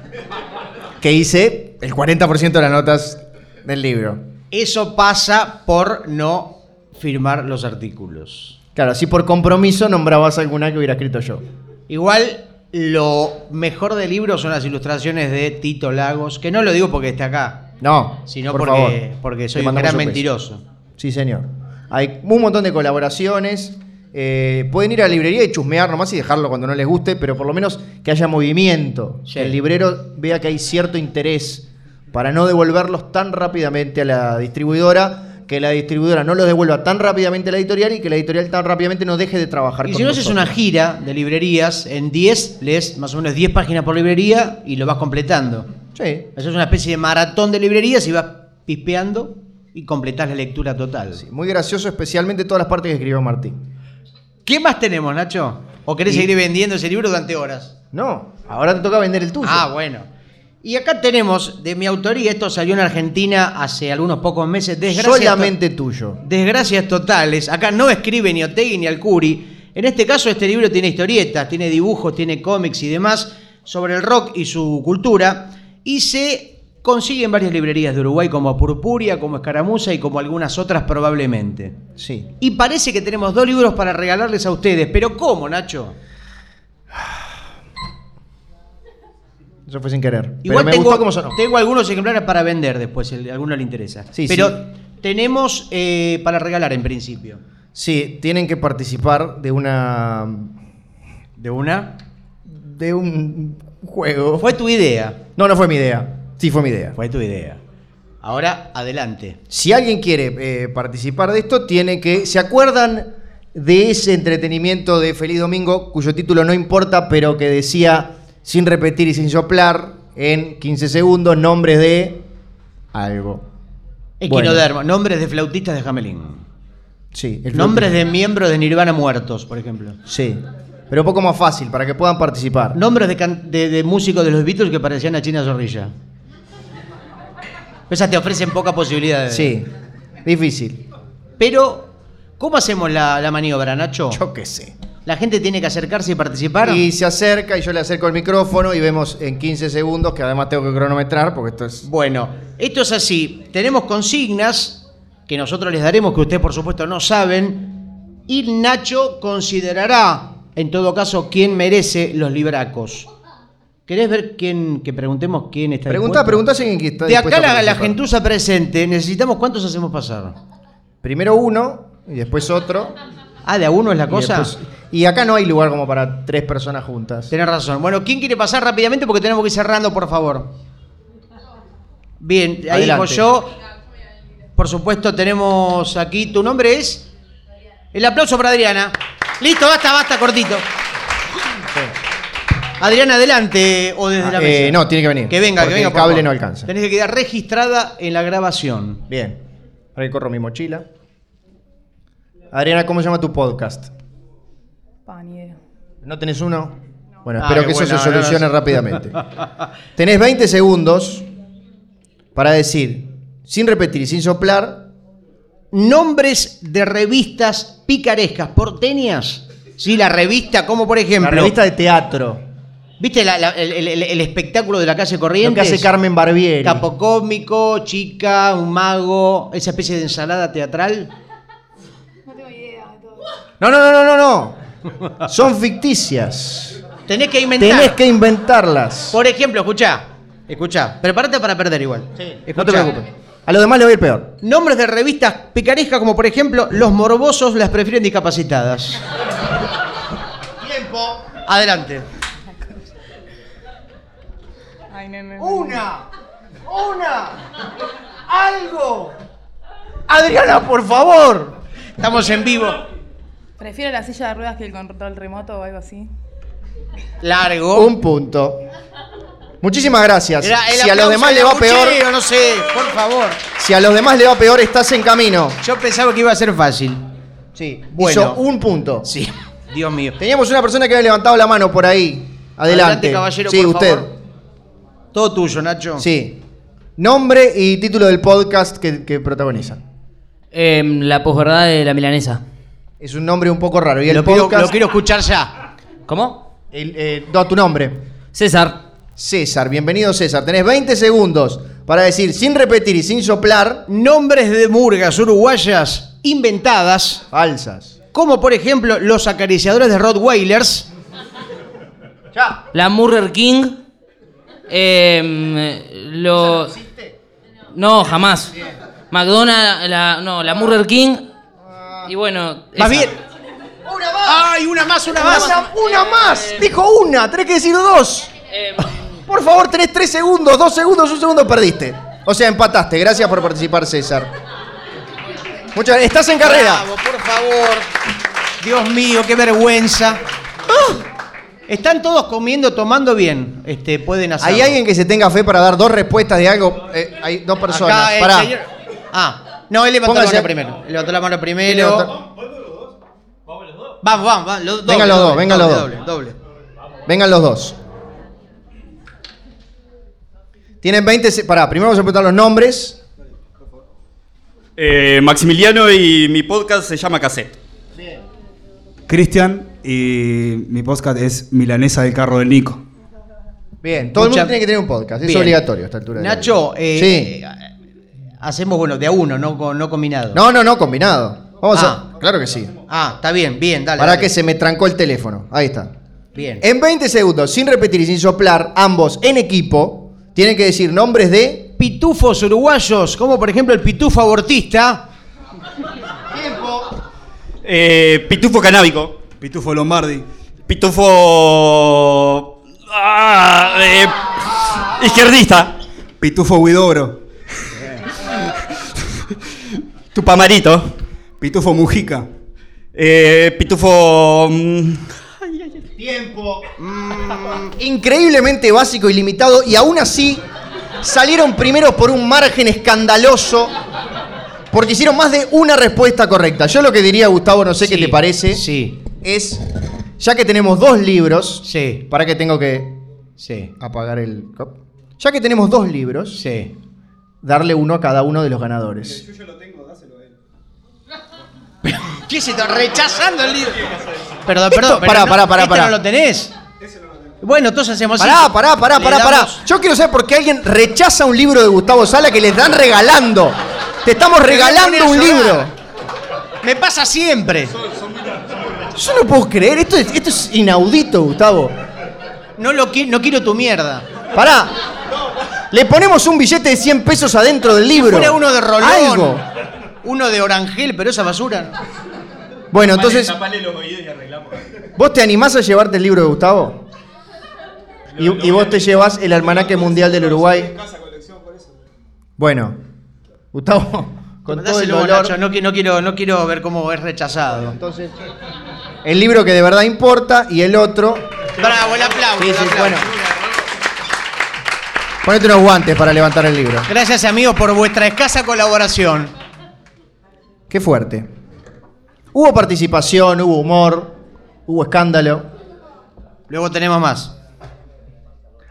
[SPEAKER 3] Que hice el 40% de las notas del libro.
[SPEAKER 1] Eso pasa por no firmar los artículos.
[SPEAKER 3] Claro, así por compromiso nombrabas alguna que hubiera escrito yo.
[SPEAKER 1] Igual, lo mejor del libro son las ilustraciones de Tito Lagos, que no lo digo porque está acá,
[SPEAKER 3] No,
[SPEAKER 1] sino
[SPEAKER 3] por favor.
[SPEAKER 1] porque, porque soy
[SPEAKER 3] Te
[SPEAKER 1] un
[SPEAKER 3] mandamos
[SPEAKER 1] gran
[SPEAKER 3] beso.
[SPEAKER 1] mentiroso.
[SPEAKER 3] Sí, señor. Hay un montón de colaboraciones. Eh, pueden ir a la librería y chusmear nomás y dejarlo cuando no les guste, pero por lo menos que haya movimiento.
[SPEAKER 1] Sí.
[SPEAKER 3] Que el librero vea que hay cierto interés para no devolverlos tan rápidamente a la distribuidora, que la distribuidora no los devuelva tan rápidamente a la editorial y que la editorial tan rápidamente no deje de trabajar
[SPEAKER 1] Y
[SPEAKER 3] con
[SPEAKER 1] si no haces una
[SPEAKER 3] nosotros.
[SPEAKER 1] gira de librerías, en 10 lees más o menos 10 páginas por librería y lo vas completando.
[SPEAKER 3] Sí.
[SPEAKER 1] Haces una especie de maratón de librerías y vas pispeando y completás la lectura total.
[SPEAKER 3] Muy gracioso, especialmente todas las partes que escribió Martín.
[SPEAKER 1] ¿Qué más tenemos, Nacho? ¿O querés
[SPEAKER 3] Y-
[SPEAKER 1] seguir vendiendo ese libro durante horas?
[SPEAKER 3] No, ahora te toca vender el tuyo.
[SPEAKER 1] Ah, bueno. Y acá tenemos, de mi autoría, esto salió en Argentina hace algunos pocos meses. Desgracias to-
[SPEAKER 3] Solamente tuyo.
[SPEAKER 1] Desgracias totales. Acá no escribe ni Otegui ni Alcuri. En este caso, este libro tiene historietas, tiene dibujos, tiene cómics y demás sobre el rock y su cultura. Y se consigue en varias librerías de Uruguay, como Purpuria, como Escaramuza y como algunas otras probablemente.
[SPEAKER 3] Sí.
[SPEAKER 1] Y parece que tenemos dos libros para regalarles a ustedes. ¿Pero cómo, Nacho?
[SPEAKER 3] Eso fue sin querer.
[SPEAKER 1] Igual
[SPEAKER 3] pero me
[SPEAKER 1] tengo,
[SPEAKER 3] gustó cómo sonó.
[SPEAKER 1] tengo algunos ejemplares para vender después, si a alguno le interesa.
[SPEAKER 3] Sí,
[SPEAKER 1] Pero
[SPEAKER 3] sí.
[SPEAKER 1] tenemos eh, para regalar en principio.
[SPEAKER 3] Sí, tienen que participar de una.
[SPEAKER 1] ¿De una?
[SPEAKER 3] de un juego.
[SPEAKER 1] Fue tu idea.
[SPEAKER 3] No, no fue mi idea. Sí, fue mi idea.
[SPEAKER 1] Fue tu idea. Ahora, adelante.
[SPEAKER 3] Si alguien quiere eh, participar de esto, tiene que. ¿Se acuerdan de ese entretenimiento de Feliz Domingo, cuyo título no importa, pero que decía sin repetir y sin soplar en 15 segundos nombres de. algo.
[SPEAKER 1] Equinodermo. Nombres de flautistas de Hamelin.
[SPEAKER 3] Sí, el
[SPEAKER 1] Nombres de miembros de Nirvana muertos, por ejemplo.
[SPEAKER 3] Sí. Pero un poco más fácil, para que puedan participar.
[SPEAKER 1] Nombres de, can- de- de músicos de los Beatles que parecían a China Zorrilla. Esas te ofrecen poca posibilidad de... Oh.
[SPEAKER 3] Sí. Difícil.
[SPEAKER 1] Pero, ¿cómo hacemos la, la maniobra, Nacho?
[SPEAKER 3] Yo qué sé.
[SPEAKER 1] La gente tiene que acercarse y participar.
[SPEAKER 3] Y se acerca y yo le acerco el micrófono y vemos en 15 segundos, que además tengo que cronometrar porque esto es...
[SPEAKER 1] Bueno, esto es así. Tenemos consignas que nosotros les daremos, que ustedes por supuesto no saben, y Nacho considerará, en todo caso, quién merece los libracos. ¿Querés ver quién, que preguntemos quién está
[SPEAKER 3] Pregunta,
[SPEAKER 1] dispuesto?
[SPEAKER 3] pregunta si alguien que está...
[SPEAKER 1] De
[SPEAKER 3] dispuesto
[SPEAKER 1] acá
[SPEAKER 3] a
[SPEAKER 1] la, la
[SPEAKER 3] participar.
[SPEAKER 1] gentuza presente, necesitamos cuántos hacemos pasar.
[SPEAKER 3] Primero uno y después otro.
[SPEAKER 1] Ah, de a uno es la
[SPEAKER 3] y
[SPEAKER 1] cosa.
[SPEAKER 3] después- Y, acá no hay lugar como para tres personas juntas.
[SPEAKER 1] Tenés razón. Bueno, ¿quién quiere pasar rápidamente? Porque tenemos que ir cerrando, por favor. Bien, ahí dijo
[SPEAKER 3] Adelante.
[SPEAKER 1] yo. Por supuesto, tenemos aquí. ¿Tu nombre es? El aplauso para Adriana. Listo, basta, basta, cortito. Adriana, adelante o desde la
[SPEAKER 3] Ah, eh,
[SPEAKER 1] mesa.
[SPEAKER 3] no, tiene que venir,
[SPEAKER 1] Que venga, que
[SPEAKER 3] porque
[SPEAKER 1] venga.
[SPEAKER 3] el
[SPEAKER 1] por
[SPEAKER 3] cable
[SPEAKER 1] favor.
[SPEAKER 3] no alcanza.
[SPEAKER 1] Tenés que quedar registrada en la grabación.
[SPEAKER 3] Bien. Ahora que corro mi mochila. Adriana, ¿cómo se llama tu podcast?
[SPEAKER 5] Pañero.
[SPEAKER 3] ¿No tenés uno? Bueno,
[SPEAKER 1] Ah,
[SPEAKER 3] espero
[SPEAKER 1] qué
[SPEAKER 3] que eso
[SPEAKER 1] buena,
[SPEAKER 3] se
[SPEAKER 1] no, no,
[SPEAKER 3] solucione
[SPEAKER 1] sí.
[SPEAKER 3] rápidamente. Tenés 20 segundos para decir, sin repetir y sin soplar,
[SPEAKER 1] Nombres de revistas picarescas porteñas. Sí, la revista, como por
[SPEAKER 3] la
[SPEAKER 1] ejemplo.
[SPEAKER 3] revista de teatro,
[SPEAKER 1] ¿Viste la- la- el, el- el- el espectáculo de la calle
[SPEAKER 3] lo que
[SPEAKER 1] Corrientes?
[SPEAKER 3] hace Carmen Barbieri.
[SPEAKER 1] Capocómico, chica, un mago, esa especie de ensalada teatral.
[SPEAKER 5] No tengo idea de todo.
[SPEAKER 3] No, no, no, no, no, no. Son ficticias.
[SPEAKER 1] Tenés que inventar.
[SPEAKER 3] Tenés que inventarlas.
[SPEAKER 1] Por ejemplo, escuchá, escuchá, prepárate para perder igual.
[SPEAKER 3] No te
[SPEAKER 1] Escuchá.
[SPEAKER 3] preocupes. A los demás le va a ir peor.
[SPEAKER 1] Nombres de revistas picarescas como por ejemplo Los Morbosos las prefieren discapacitadas. Tiempo. Adelante.
[SPEAKER 5] Ay, no, no, no.
[SPEAKER 1] Una, una, algo. Adriana, por favor. Estamos en vivo.
[SPEAKER 5] Prefiero la silla de ruedas que el control remoto o algo así.
[SPEAKER 1] Largo.
[SPEAKER 3] Un punto. Muchísimas gracias.
[SPEAKER 1] Era el
[SPEAKER 3] Si a los
[SPEAKER 1] aplauso,
[SPEAKER 3] demás le
[SPEAKER 1] el
[SPEAKER 3] va peor,
[SPEAKER 1] abucheo, no sé, por favor.
[SPEAKER 3] si a los demás le va peor, estás en camino.
[SPEAKER 1] Yo pensaba que iba a ser fácil.
[SPEAKER 3] Sí.
[SPEAKER 1] bueno.
[SPEAKER 3] Hizo un punto.
[SPEAKER 1] Sí, Dios mío.
[SPEAKER 3] Teníamos una persona que había levantado la mano por ahí. Adelante.
[SPEAKER 1] caballero,
[SPEAKER 3] sí,
[SPEAKER 1] por
[SPEAKER 3] usted.
[SPEAKER 1] favor. Todo tuyo, Nacho.
[SPEAKER 3] Sí. Nombre y título del podcast que, que protagoniza.
[SPEAKER 6] Em, la posverdad de la milanesa.
[SPEAKER 3] Es un nombre un poco raro. Y el
[SPEAKER 1] Lo quiero,
[SPEAKER 3] podcast.
[SPEAKER 1] lo quiero escuchar ya.
[SPEAKER 6] ¿Cómo?
[SPEAKER 3] el, eh, no, tu nombre.
[SPEAKER 6] César.
[SPEAKER 3] César, bienvenido César. Tenés 20 segundos para decir, sin repetir y sin soplar,
[SPEAKER 1] Nombres de murgas uruguayas inventadas,
[SPEAKER 3] falsas.
[SPEAKER 1] como por ejemplo los acariciadores de Rottweilers.
[SPEAKER 6] La Murder King. Eh, lo... No, jamás. McDonald's, la, no, la Murder King. Y bueno.
[SPEAKER 1] Más
[SPEAKER 6] esa.
[SPEAKER 1] bien. ¡Una más! ¡Ay, una más, una más!
[SPEAKER 3] Ah,
[SPEAKER 1] Eh,
[SPEAKER 3] Una, una más. Dijo una, tenés que decir dos.
[SPEAKER 6] Eh,
[SPEAKER 3] Por favor, tenés tres segundos, dos segundos, un segundo perdiste. O sea, empataste. Gracias por participar, César. Muchas Estás en carrera.
[SPEAKER 1] Bravo, por favor. Dios mío, qué vergüenza. ¡Ah! Están todos comiendo, tomando bien. Este, pueden hacer.
[SPEAKER 3] ¿Hay alguien que se tenga fe para dar dos respuestas de algo? Eh, hay dos personas.
[SPEAKER 1] Acá, el
[SPEAKER 3] Pará.
[SPEAKER 1] señor- Ah, no, él levantó
[SPEAKER 3] Póngase-
[SPEAKER 1] la mano primero. Él Levantó la mano
[SPEAKER 3] Tiene
[SPEAKER 1] primero.
[SPEAKER 3] otra-
[SPEAKER 1] Vamos, vamos, vamos. Los, doble,
[SPEAKER 3] Vengan los dos,
[SPEAKER 1] doble,
[SPEAKER 3] vengan los
[SPEAKER 1] doble,
[SPEAKER 3] dos.
[SPEAKER 1] doble, doble.
[SPEAKER 3] Vengan los dos. Tienen 20. se- Pará, primero vamos a preguntar los nombres.
[SPEAKER 7] Eh, Maximiliano y mi podcast se llama Cassette.
[SPEAKER 8] Cristian y mi podcast es Milanesa del Carro del Nico.
[SPEAKER 3] Bien, todo
[SPEAKER 1] Mucha-
[SPEAKER 3] el mundo tiene que tener un podcast. Es
[SPEAKER 1] Bien.
[SPEAKER 3] obligatorio a esta altura. del
[SPEAKER 1] Nacho,
[SPEAKER 3] año.
[SPEAKER 1] eh,
[SPEAKER 3] Sí.
[SPEAKER 1] hacemos, bueno, de a uno, no, co- no combinado.
[SPEAKER 3] No, no, no, combinado. Vamos
[SPEAKER 1] Ah.
[SPEAKER 3] a. Claro que sí.
[SPEAKER 1] Ah, está bien, bien, dale.
[SPEAKER 3] Para
[SPEAKER 1] dale.
[SPEAKER 3] que se me trancó el teléfono. Ahí está.
[SPEAKER 1] Bien.
[SPEAKER 3] En 20 segundos, sin repetir y sin soplar, ambos en equipo tienen que decir nombres de.
[SPEAKER 1] Pitufos uruguayos, como por ejemplo el pitufo abortista.
[SPEAKER 7] Eh, Pitufo Canábico.
[SPEAKER 8] Pitufo Lombardi.
[SPEAKER 7] Pitufo. Ah, eh, izquierdista.
[SPEAKER 8] Pitufo Guidobro.
[SPEAKER 7] Tupamarito.
[SPEAKER 8] Pitufo Mujica.
[SPEAKER 7] Eh, pitufo. mm,
[SPEAKER 3] Increíblemente básico y limitado, y aún así salieron primeros por un margen escandaloso. Porque hicieron más de una respuesta correcta. Yo lo que diría, Gustavo, no sé qué
[SPEAKER 1] Sí,
[SPEAKER 3] te parece,
[SPEAKER 1] Sí,
[SPEAKER 3] es, ya que tenemos dos libros,
[SPEAKER 1] sí,
[SPEAKER 3] para que tengo que
[SPEAKER 1] sí,
[SPEAKER 3] apagar el... cop? Ya que tenemos dos libros,
[SPEAKER 1] sí.
[SPEAKER 3] darle uno a cada uno de los ganadores.
[SPEAKER 1] ¿Qué se está rechazando el libro? Perdón, perdón. pero
[SPEAKER 3] pará,
[SPEAKER 1] no,
[SPEAKER 3] pará, pará,
[SPEAKER 1] ¿este
[SPEAKER 3] pará.
[SPEAKER 1] no lo tenés? Bueno, entonces hacemos
[SPEAKER 3] Pará,
[SPEAKER 1] así.
[SPEAKER 3] pará, pará,
[SPEAKER 1] Le
[SPEAKER 3] pará, pará.
[SPEAKER 1] damos-
[SPEAKER 3] Yo quiero saber por qué alguien rechaza un libro de Gustavo Sala que les dan regalando. Te estamos
[SPEAKER 1] voy a
[SPEAKER 3] regalando
[SPEAKER 1] poner a
[SPEAKER 3] un libro.
[SPEAKER 1] llorar. Me pasa siempre.
[SPEAKER 3] Yo no puedo creer, esto es, esto es inaudito, Gustavo.
[SPEAKER 1] No, lo qui- no quiero tu mierda.
[SPEAKER 3] Pará. Le ponemos un billete de 100 pesos adentro del libro.
[SPEAKER 1] Fuera uno de Rolón.
[SPEAKER 3] Algo.
[SPEAKER 1] Uno de Orangel, pero esa basura. no.
[SPEAKER 3] Bueno, entonces, ¿vos te animás a llevarte el libro de Gustavo? Y, y vos te llevas el almanaque mundial del Uruguay. Bueno, Gustavo, con todo el
[SPEAKER 1] Dáselo vos,
[SPEAKER 3] dolor...
[SPEAKER 1] Nacho, no, qui- no quiero, no quiero ver cómo es rechazado.
[SPEAKER 3] Entonces, el libro que de verdad importa y el otro.
[SPEAKER 1] Bravo, el aplauso.
[SPEAKER 3] Sí,
[SPEAKER 1] el
[SPEAKER 3] sí,
[SPEAKER 1] aplauso.
[SPEAKER 3] bueno. Ponete unos guantes para levantar el libro.
[SPEAKER 1] Gracias amigos por vuestra escasa colaboración.
[SPEAKER 3] Qué fuerte. Hubo participación, hubo humor, hubo escándalo.
[SPEAKER 1] Luego tenemos más.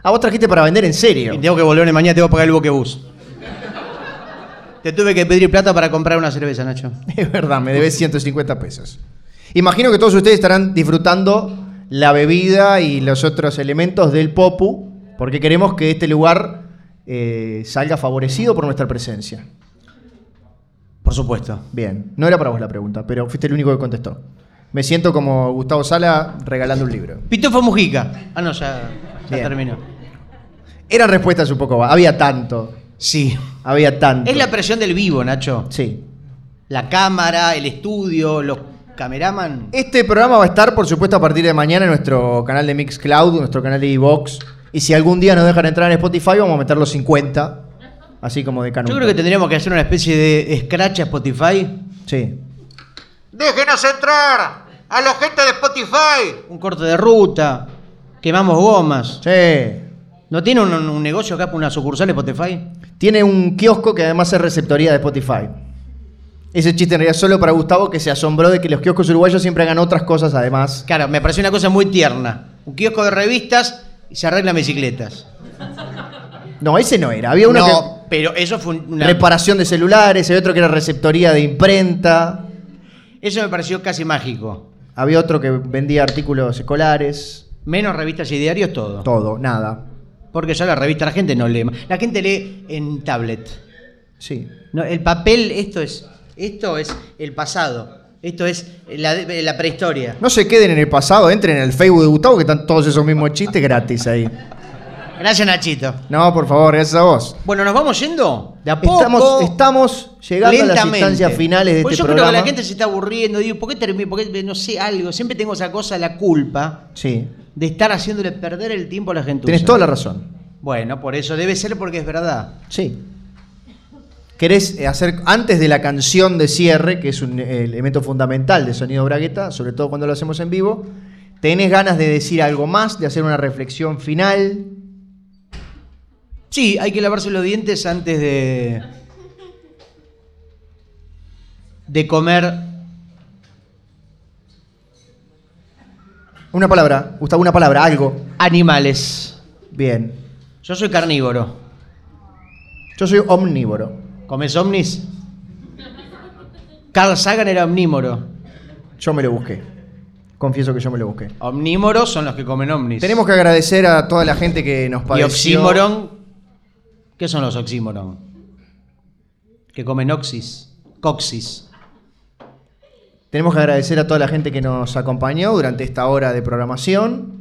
[SPEAKER 3] A Ah, vos trajiste para vender en
[SPEAKER 1] Y
[SPEAKER 3] serio.
[SPEAKER 1] tengo que volver mañana, tengo que pagar el boquebús. Te tuve que pedir plata para comprar una cerveza, Nacho.
[SPEAKER 3] Es verdad, me debes 150 pesos. Imagino que todos ustedes estarán disfrutando la bebida y los otros elementos del Popu, porque queremos que este lugar eh, salga favorecido por nuestra presencia.
[SPEAKER 1] Por supuesto.
[SPEAKER 3] Bien, no era para vos la pregunta, pero fuiste el único que contestó. Me siento como Gustavo Sala regalando un libro.
[SPEAKER 1] Pitufo Mujica. Ah, no, ya, ya
[SPEAKER 3] Bien.
[SPEAKER 1] terminó.
[SPEAKER 3] Eran respuestas un poco... va- Había tanto,
[SPEAKER 1] Sí.
[SPEAKER 3] había tanto.
[SPEAKER 1] Es la presión del vivo, Nacho.
[SPEAKER 3] Sí.
[SPEAKER 1] La cámara, el estudio, los cameraman.
[SPEAKER 3] Este programa va a estar, por supuesto, a partir de mañana en nuestro canal de Mixcloud, nuestro canal de Evox. Y si algún día nos dejan entrar en Spotify, vamos a meter los 50, así como de canuto.
[SPEAKER 1] Yo creo que tendríamos que hacer una especie de scratch a Spotify.
[SPEAKER 3] Sí.
[SPEAKER 1] ¡Déjenos entrar! ¡A la gente de Spotify! Un corte de ruta. Quemamos gomas.
[SPEAKER 3] Sí.
[SPEAKER 1] ¿No tiene un, un negocio acá, una sucursal de Spotify?
[SPEAKER 3] Tiene un kiosco que además es receptoría de Spotify. Ese chiste en realidad solo para Gustavo, que se asombró de que los kioscos uruguayos siempre hagan otras cosas además.
[SPEAKER 1] Claro, me pareció una cosa muy tierna. Un kiosco de revistas y se arreglan bicicletas.
[SPEAKER 3] No, ese no era. Había uno
[SPEAKER 1] no, pero eso fue un-
[SPEAKER 3] que
[SPEAKER 1] una...
[SPEAKER 3] reparación de celulares, había otro que era receptoría de imprenta.
[SPEAKER 1] Eso me pareció casi mágico.
[SPEAKER 3] Había otro que vendía artículos escolares,
[SPEAKER 1] Menos revistas y diarios, todo.
[SPEAKER 3] todo, nada.
[SPEAKER 1] Porque ya la revista la gente no lee. más. La gente lee en tablet.
[SPEAKER 3] Sí.
[SPEAKER 1] No, el papel, esto es, esto es el pasado. Esto es la, la prehistoria.
[SPEAKER 3] No se queden en el pasado, entren en el Facebook de Gustavo que están todos esos mismos chistes gratis ahí.
[SPEAKER 1] Gracias, Nachito.
[SPEAKER 3] No, por favor, gracias a vos.
[SPEAKER 1] Bueno, nos vamos yendo. De a poco.
[SPEAKER 3] Estamos, estamos llegando a las instancias finales de
[SPEAKER 1] Por
[SPEAKER 3] este
[SPEAKER 1] eso
[SPEAKER 3] programa.
[SPEAKER 1] creo que la gente se está aburriendo. Digo, ¿por qué termino? ¿Por qué eh, no sé algo? Siempre tengo esa cosa, la culpa,
[SPEAKER 3] Sí,
[SPEAKER 1] de estar haciéndole perder el tiempo a la gente.
[SPEAKER 3] tenés toda la razón.
[SPEAKER 1] Bueno, por eso debe ser porque es verdad.
[SPEAKER 3] Sí. ¿Querés eh, hacer antes de la canción de cierre, que es un eh, elemento fundamental de Sonido Bragueta, sobre todo cuando lo hacemos en vivo? ¿Tenés ganas de decir algo más, de hacer una reflexión final?
[SPEAKER 1] Sí, hay que lavarse los dientes antes de. de comer.
[SPEAKER 3] Una palabra, Gustavo, una palabra, algo.
[SPEAKER 1] Animales.
[SPEAKER 3] Bien.
[SPEAKER 1] Yo soy carnívoro.
[SPEAKER 3] Yo soy omnívoro.
[SPEAKER 1] ¿Comes ovnis? Carl Sagan era omnívoro.
[SPEAKER 3] Yo me lo busqué. Confieso que yo me lo busqué.
[SPEAKER 1] Omnímoros son los que comen ovnis.
[SPEAKER 3] Tenemos que agradecer a toda la gente que nos
[SPEAKER 1] Y
[SPEAKER 3] padeció.
[SPEAKER 1] oxímoron. ¿Qué son los oxímoron? Que comen oxis. Coxis.
[SPEAKER 3] Tenemos que agradecer a toda la gente que nos acompañó durante esta hora de programación.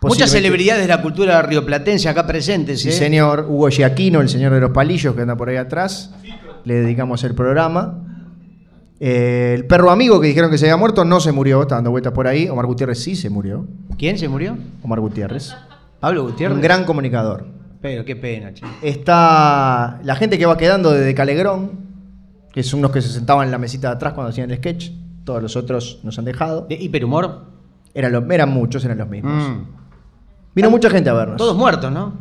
[SPEAKER 1] Muchas
[SPEAKER 3] Posiblemente-
[SPEAKER 1] celebridades de la cultura rioplatense acá presentes.
[SPEAKER 3] Sí,
[SPEAKER 1] ¿eh?
[SPEAKER 3] señor. Hugo Giaquino, el señor de los palillos que anda por ahí atrás. Le dedicamos el programa. Eh, el perro amigo que dijeron que se había muerto no se murió, está dando vueltas por ahí. Omar Gutiérrez sí se murió.
[SPEAKER 1] ¿Quién se murió?
[SPEAKER 3] Omar Gutiérrez.
[SPEAKER 1] Pablo Gutiérrez.
[SPEAKER 3] Un gran comunicador.
[SPEAKER 1] Pero qué pena, che.
[SPEAKER 3] Está la gente que va quedando desde Calegrón, que son los que se sentaban en la mesita de atrás cuando hacían el sketch. Todos los otros nos han dejado.
[SPEAKER 1] De hiperhumor.
[SPEAKER 3] Eran, los- eran muchos, eran los mismos.
[SPEAKER 1] Mm.
[SPEAKER 3] Vino mucha gente a vernos.
[SPEAKER 1] Todos muertos, ¿no?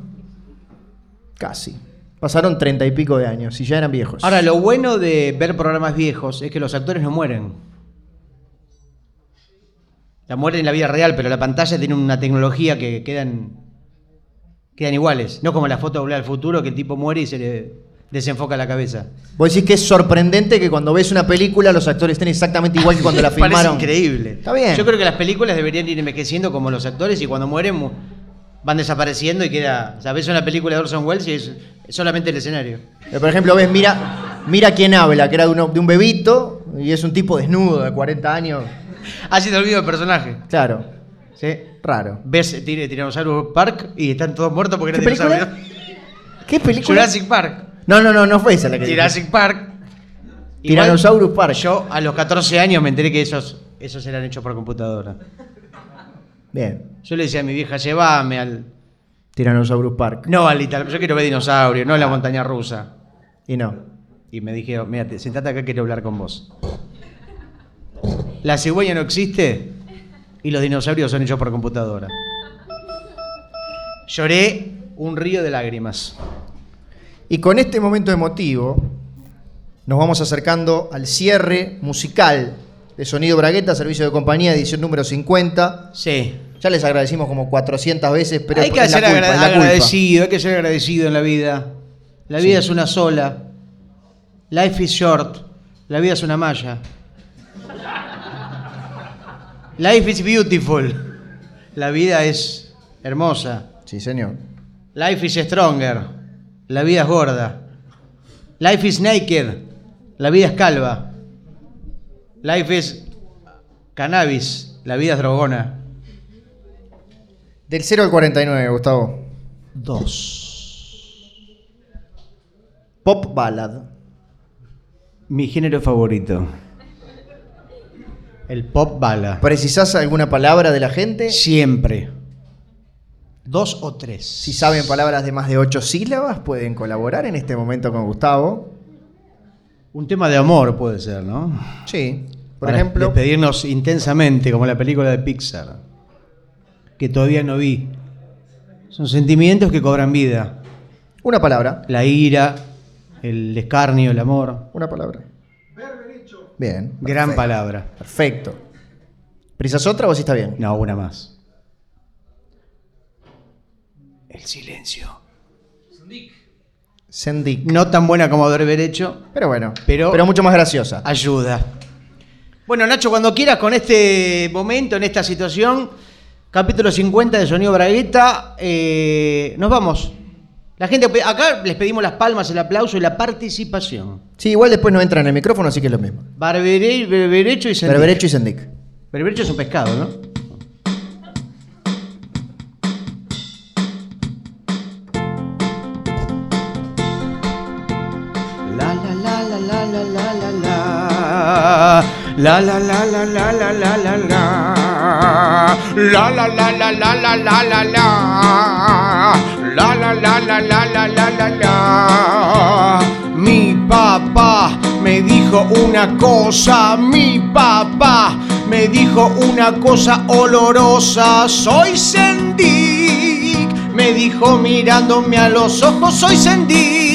[SPEAKER 3] Casi. Pasaron treinta y pico de años y ya eran viejos.
[SPEAKER 1] Ahora, lo bueno de ver programas viejos es que los actores no mueren. La mueren en la vida real, pero la pantalla tiene una tecnología que quedan, quedan iguales. No como la foto de Volver al futuro, que el tipo muere y se le desenfoca la cabeza.
[SPEAKER 3] Vos decís que es sorprendente que cuando ves una película los actores estén exactamente igual que cuando la
[SPEAKER 1] Parece
[SPEAKER 3] filmaron.
[SPEAKER 1] increíble.
[SPEAKER 3] Está bien.
[SPEAKER 1] Yo creo que las películas deberían ir envejeciendo como los actores y cuando mueren mu- van desapareciendo y queda... ¿Sabes una película de Orson Welles y es solamente el escenario?
[SPEAKER 3] Eh, Por ejemplo, ves, mira, mira quién habla, que era de, uno- de un bebito y es un tipo desnudo de 40 años.
[SPEAKER 1] Así Ah, te olvido el personaje.
[SPEAKER 3] Claro,
[SPEAKER 1] ¿Sí?
[SPEAKER 3] raro.
[SPEAKER 1] ves Tir- Tyrannosaurus Park y están todos muertos porque
[SPEAKER 3] ¿Qué
[SPEAKER 1] eran
[SPEAKER 3] película?
[SPEAKER 1] dinosaurios.
[SPEAKER 3] ¿Qué película?
[SPEAKER 1] Jurassic Park.
[SPEAKER 3] No, no, no, no fue esa la que
[SPEAKER 1] Jurassic Park. Igual,
[SPEAKER 3] Tyrannosaurus Park.
[SPEAKER 1] Yo a los 14 años me enteré que esos, esos eran hechos por computadora.
[SPEAKER 3] Bien.
[SPEAKER 1] Yo le decía a mi vieja, llévame al...
[SPEAKER 3] Tyrannosaurus Park.
[SPEAKER 1] No, al Ital- yo quiero ver dinosaurios, no la montaña rusa.
[SPEAKER 3] Y no.
[SPEAKER 1] Y me dijeron, mira, te- sentate acá, quiero hablar con vos. La cigüeña no existe y los dinosaurios son hechos por computadora. Lloré un río de lágrimas.
[SPEAKER 3] Y con este momento emotivo nos vamos acercando al cierre musical de Sonido Bragueta, servicio de compañía, edición número 50.
[SPEAKER 1] Sí,
[SPEAKER 3] Ya les agradecimos como 400 veces, pero
[SPEAKER 1] hay
[SPEAKER 3] es-
[SPEAKER 1] que
[SPEAKER 3] es la
[SPEAKER 1] ser
[SPEAKER 3] culpa,
[SPEAKER 1] agra-
[SPEAKER 3] es la culpa.
[SPEAKER 1] agradecido, hay que ser agradecido en la vida. La vida es una sola. Life is short. La vida es una malla. Life is beautiful. La vida es hermosa.
[SPEAKER 3] Sí, señor.
[SPEAKER 1] Life is stronger. La vida es gorda. Life is naked. La vida es calva. Life is cannabis. La vida es drogona.
[SPEAKER 3] Del 0 al 49, Gustavo.
[SPEAKER 1] Dos.
[SPEAKER 3] Pop ballad.
[SPEAKER 1] Mi género favorito. El pop bala.
[SPEAKER 3] ¿Precisás alguna palabra de la gente?
[SPEAKER 1] Siempre. Dos o tres.
[SPEAKER 3] Si saben palabras de más de 8 sílabas, pueden colaborar en este momento con Gustavo.
[SPEAKER 1] Un tema de amor puede ser, ¿no?
[SPEAKER 3] Sí. Por
[SPEAKER 1] Para
[SPEAKER 3] ejemplo,
[SPEAKER 1] Despedirnos intensamente, como la película de Pixar. Que todavía no vi. Son sentimientos que cobran vida.
[SPEAKER 3] una palabra.
[SPEAKER 1] La ira, el escarnio, el amor.
[SPEAKER 3] Una palabra. Bien.
[SPEAKER 1] Gran
[SPEAKER 3] perfecto.
[SPEAKER 1] palabra.
[SPEAKER 3] Perfecto. ¿Prisas otra o si está bien?
[SPEAKER 1] No, una más. El silencio.
[SPEAKER 3] Sendik.
[SPEAKER 1] No tan buena como debe haber hecho,
[SPEAKER 3] Pero bueno.
[SPEAKER 1] Pero-
[SPEAKER 3] Pero, mucho más graciosa.
[SPEAKER 1] ayuda. Bueno, Nacho, cuando quieras, con este momento, en esta situación, capítulo 50 de Sonido Bragueta, eh, nos vamos. La gente, pe- acá les pedimos las palmas, el aplauso y la participación.
[SPEAKER 3] Sí, igual después no entra en el micrófono, así que es lo mismo.
[SPEAKER 1] Barbere- berberecho y sendero.
[SPEAKER 3] Berberecho y Sendic.
[SPEAKER 1] Berberecho es un pescado, ¿no?
[SPEAKER 2] La la la la la la la la la la la la la la la la la la
[SPEAKER 4] La la la la la la la la la. La la la la la la la la la. Mi papá me dijo una cosa, mi papá me dijo una cosa olorosa. Soy Sendik, me dijo mirándome a los ojos, soy Sendik.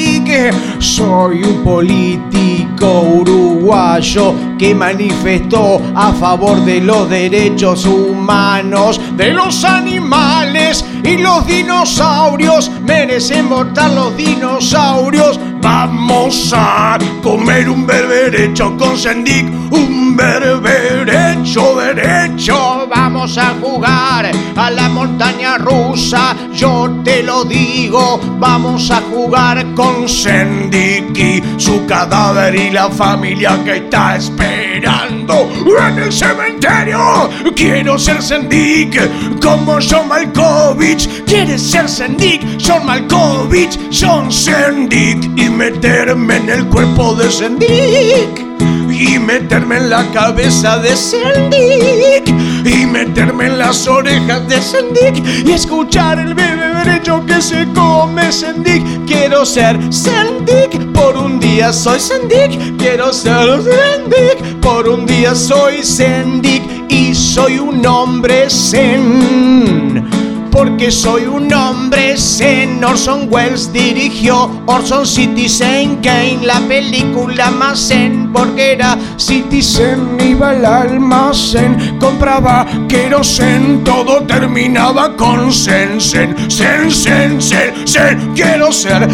[SPEAKER 4] Soy un político uruguayo que manifestó a favor de los derechos humanos de los animales y los dinosaurios. Merecen votar los dinosaurios. Vamos a comer un berberecho con Sendik, un berberecho derecho. Vamos a jugar a la montaña rusa, yo te lo digo. Vamos a jugar con Sendik y su cadáver y la familia que está esperando en el cementerio. Quiero ser Sendik como John Malkovich. ¿Quieres ser Sendik? John Malkovich, John Sendik y meterme en el cuerpo de Sendik y meterme en la cabeza de Sendik y meterme en las orejas de Sendik y escuchar el berberecho que se come Sendik quiero ser Sendik por un día soy Sendik quiero ser Sendik por un día soy Sendik y soy un hombre Zen porque soy un hombre zen. Orson Welles dirigió Orson Citizen Kane, la película más zen, porque era Citizen, iba al almacén, compraba querosen, todo terminaba con zen, zen, zen, zen, zen, zen. Quiero ser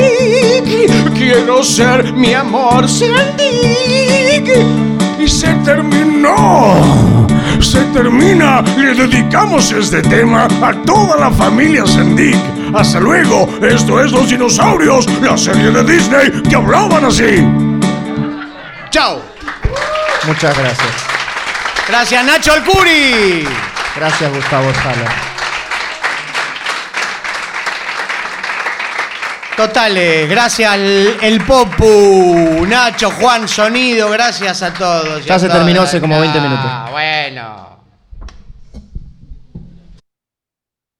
[SPEAKER 4] Sendik, quiero ser mi amor Sendik y se terminó. Se termina. Le dedicamos este tema a toda la familia Sendik. Hasta luego. Esto es Los Dinosaurios, la serie de Disney que hablaban así. Chao.
[SPEAKER 3] Muchas gracias.
[SPEAKER 1] Gracias, Nacho Alcuri.
[SPEAKER 3] Gracias, Gustavo Sala.
[SPEAKER 1] Totales, gracias al el Popu, Nacho, Juan, Sonido, gracias a todos. y
[SPEAKER 3] Ya
[SPEAKER 1] a
[SPEAKER 3] se
[SPEAKER 1] todas.
[SPEAKER 3] terminó hace como 20
[SPEAKER 1] Ah,
[SPEAKER 3] minutos.
[SPEAKER 1] Bueno.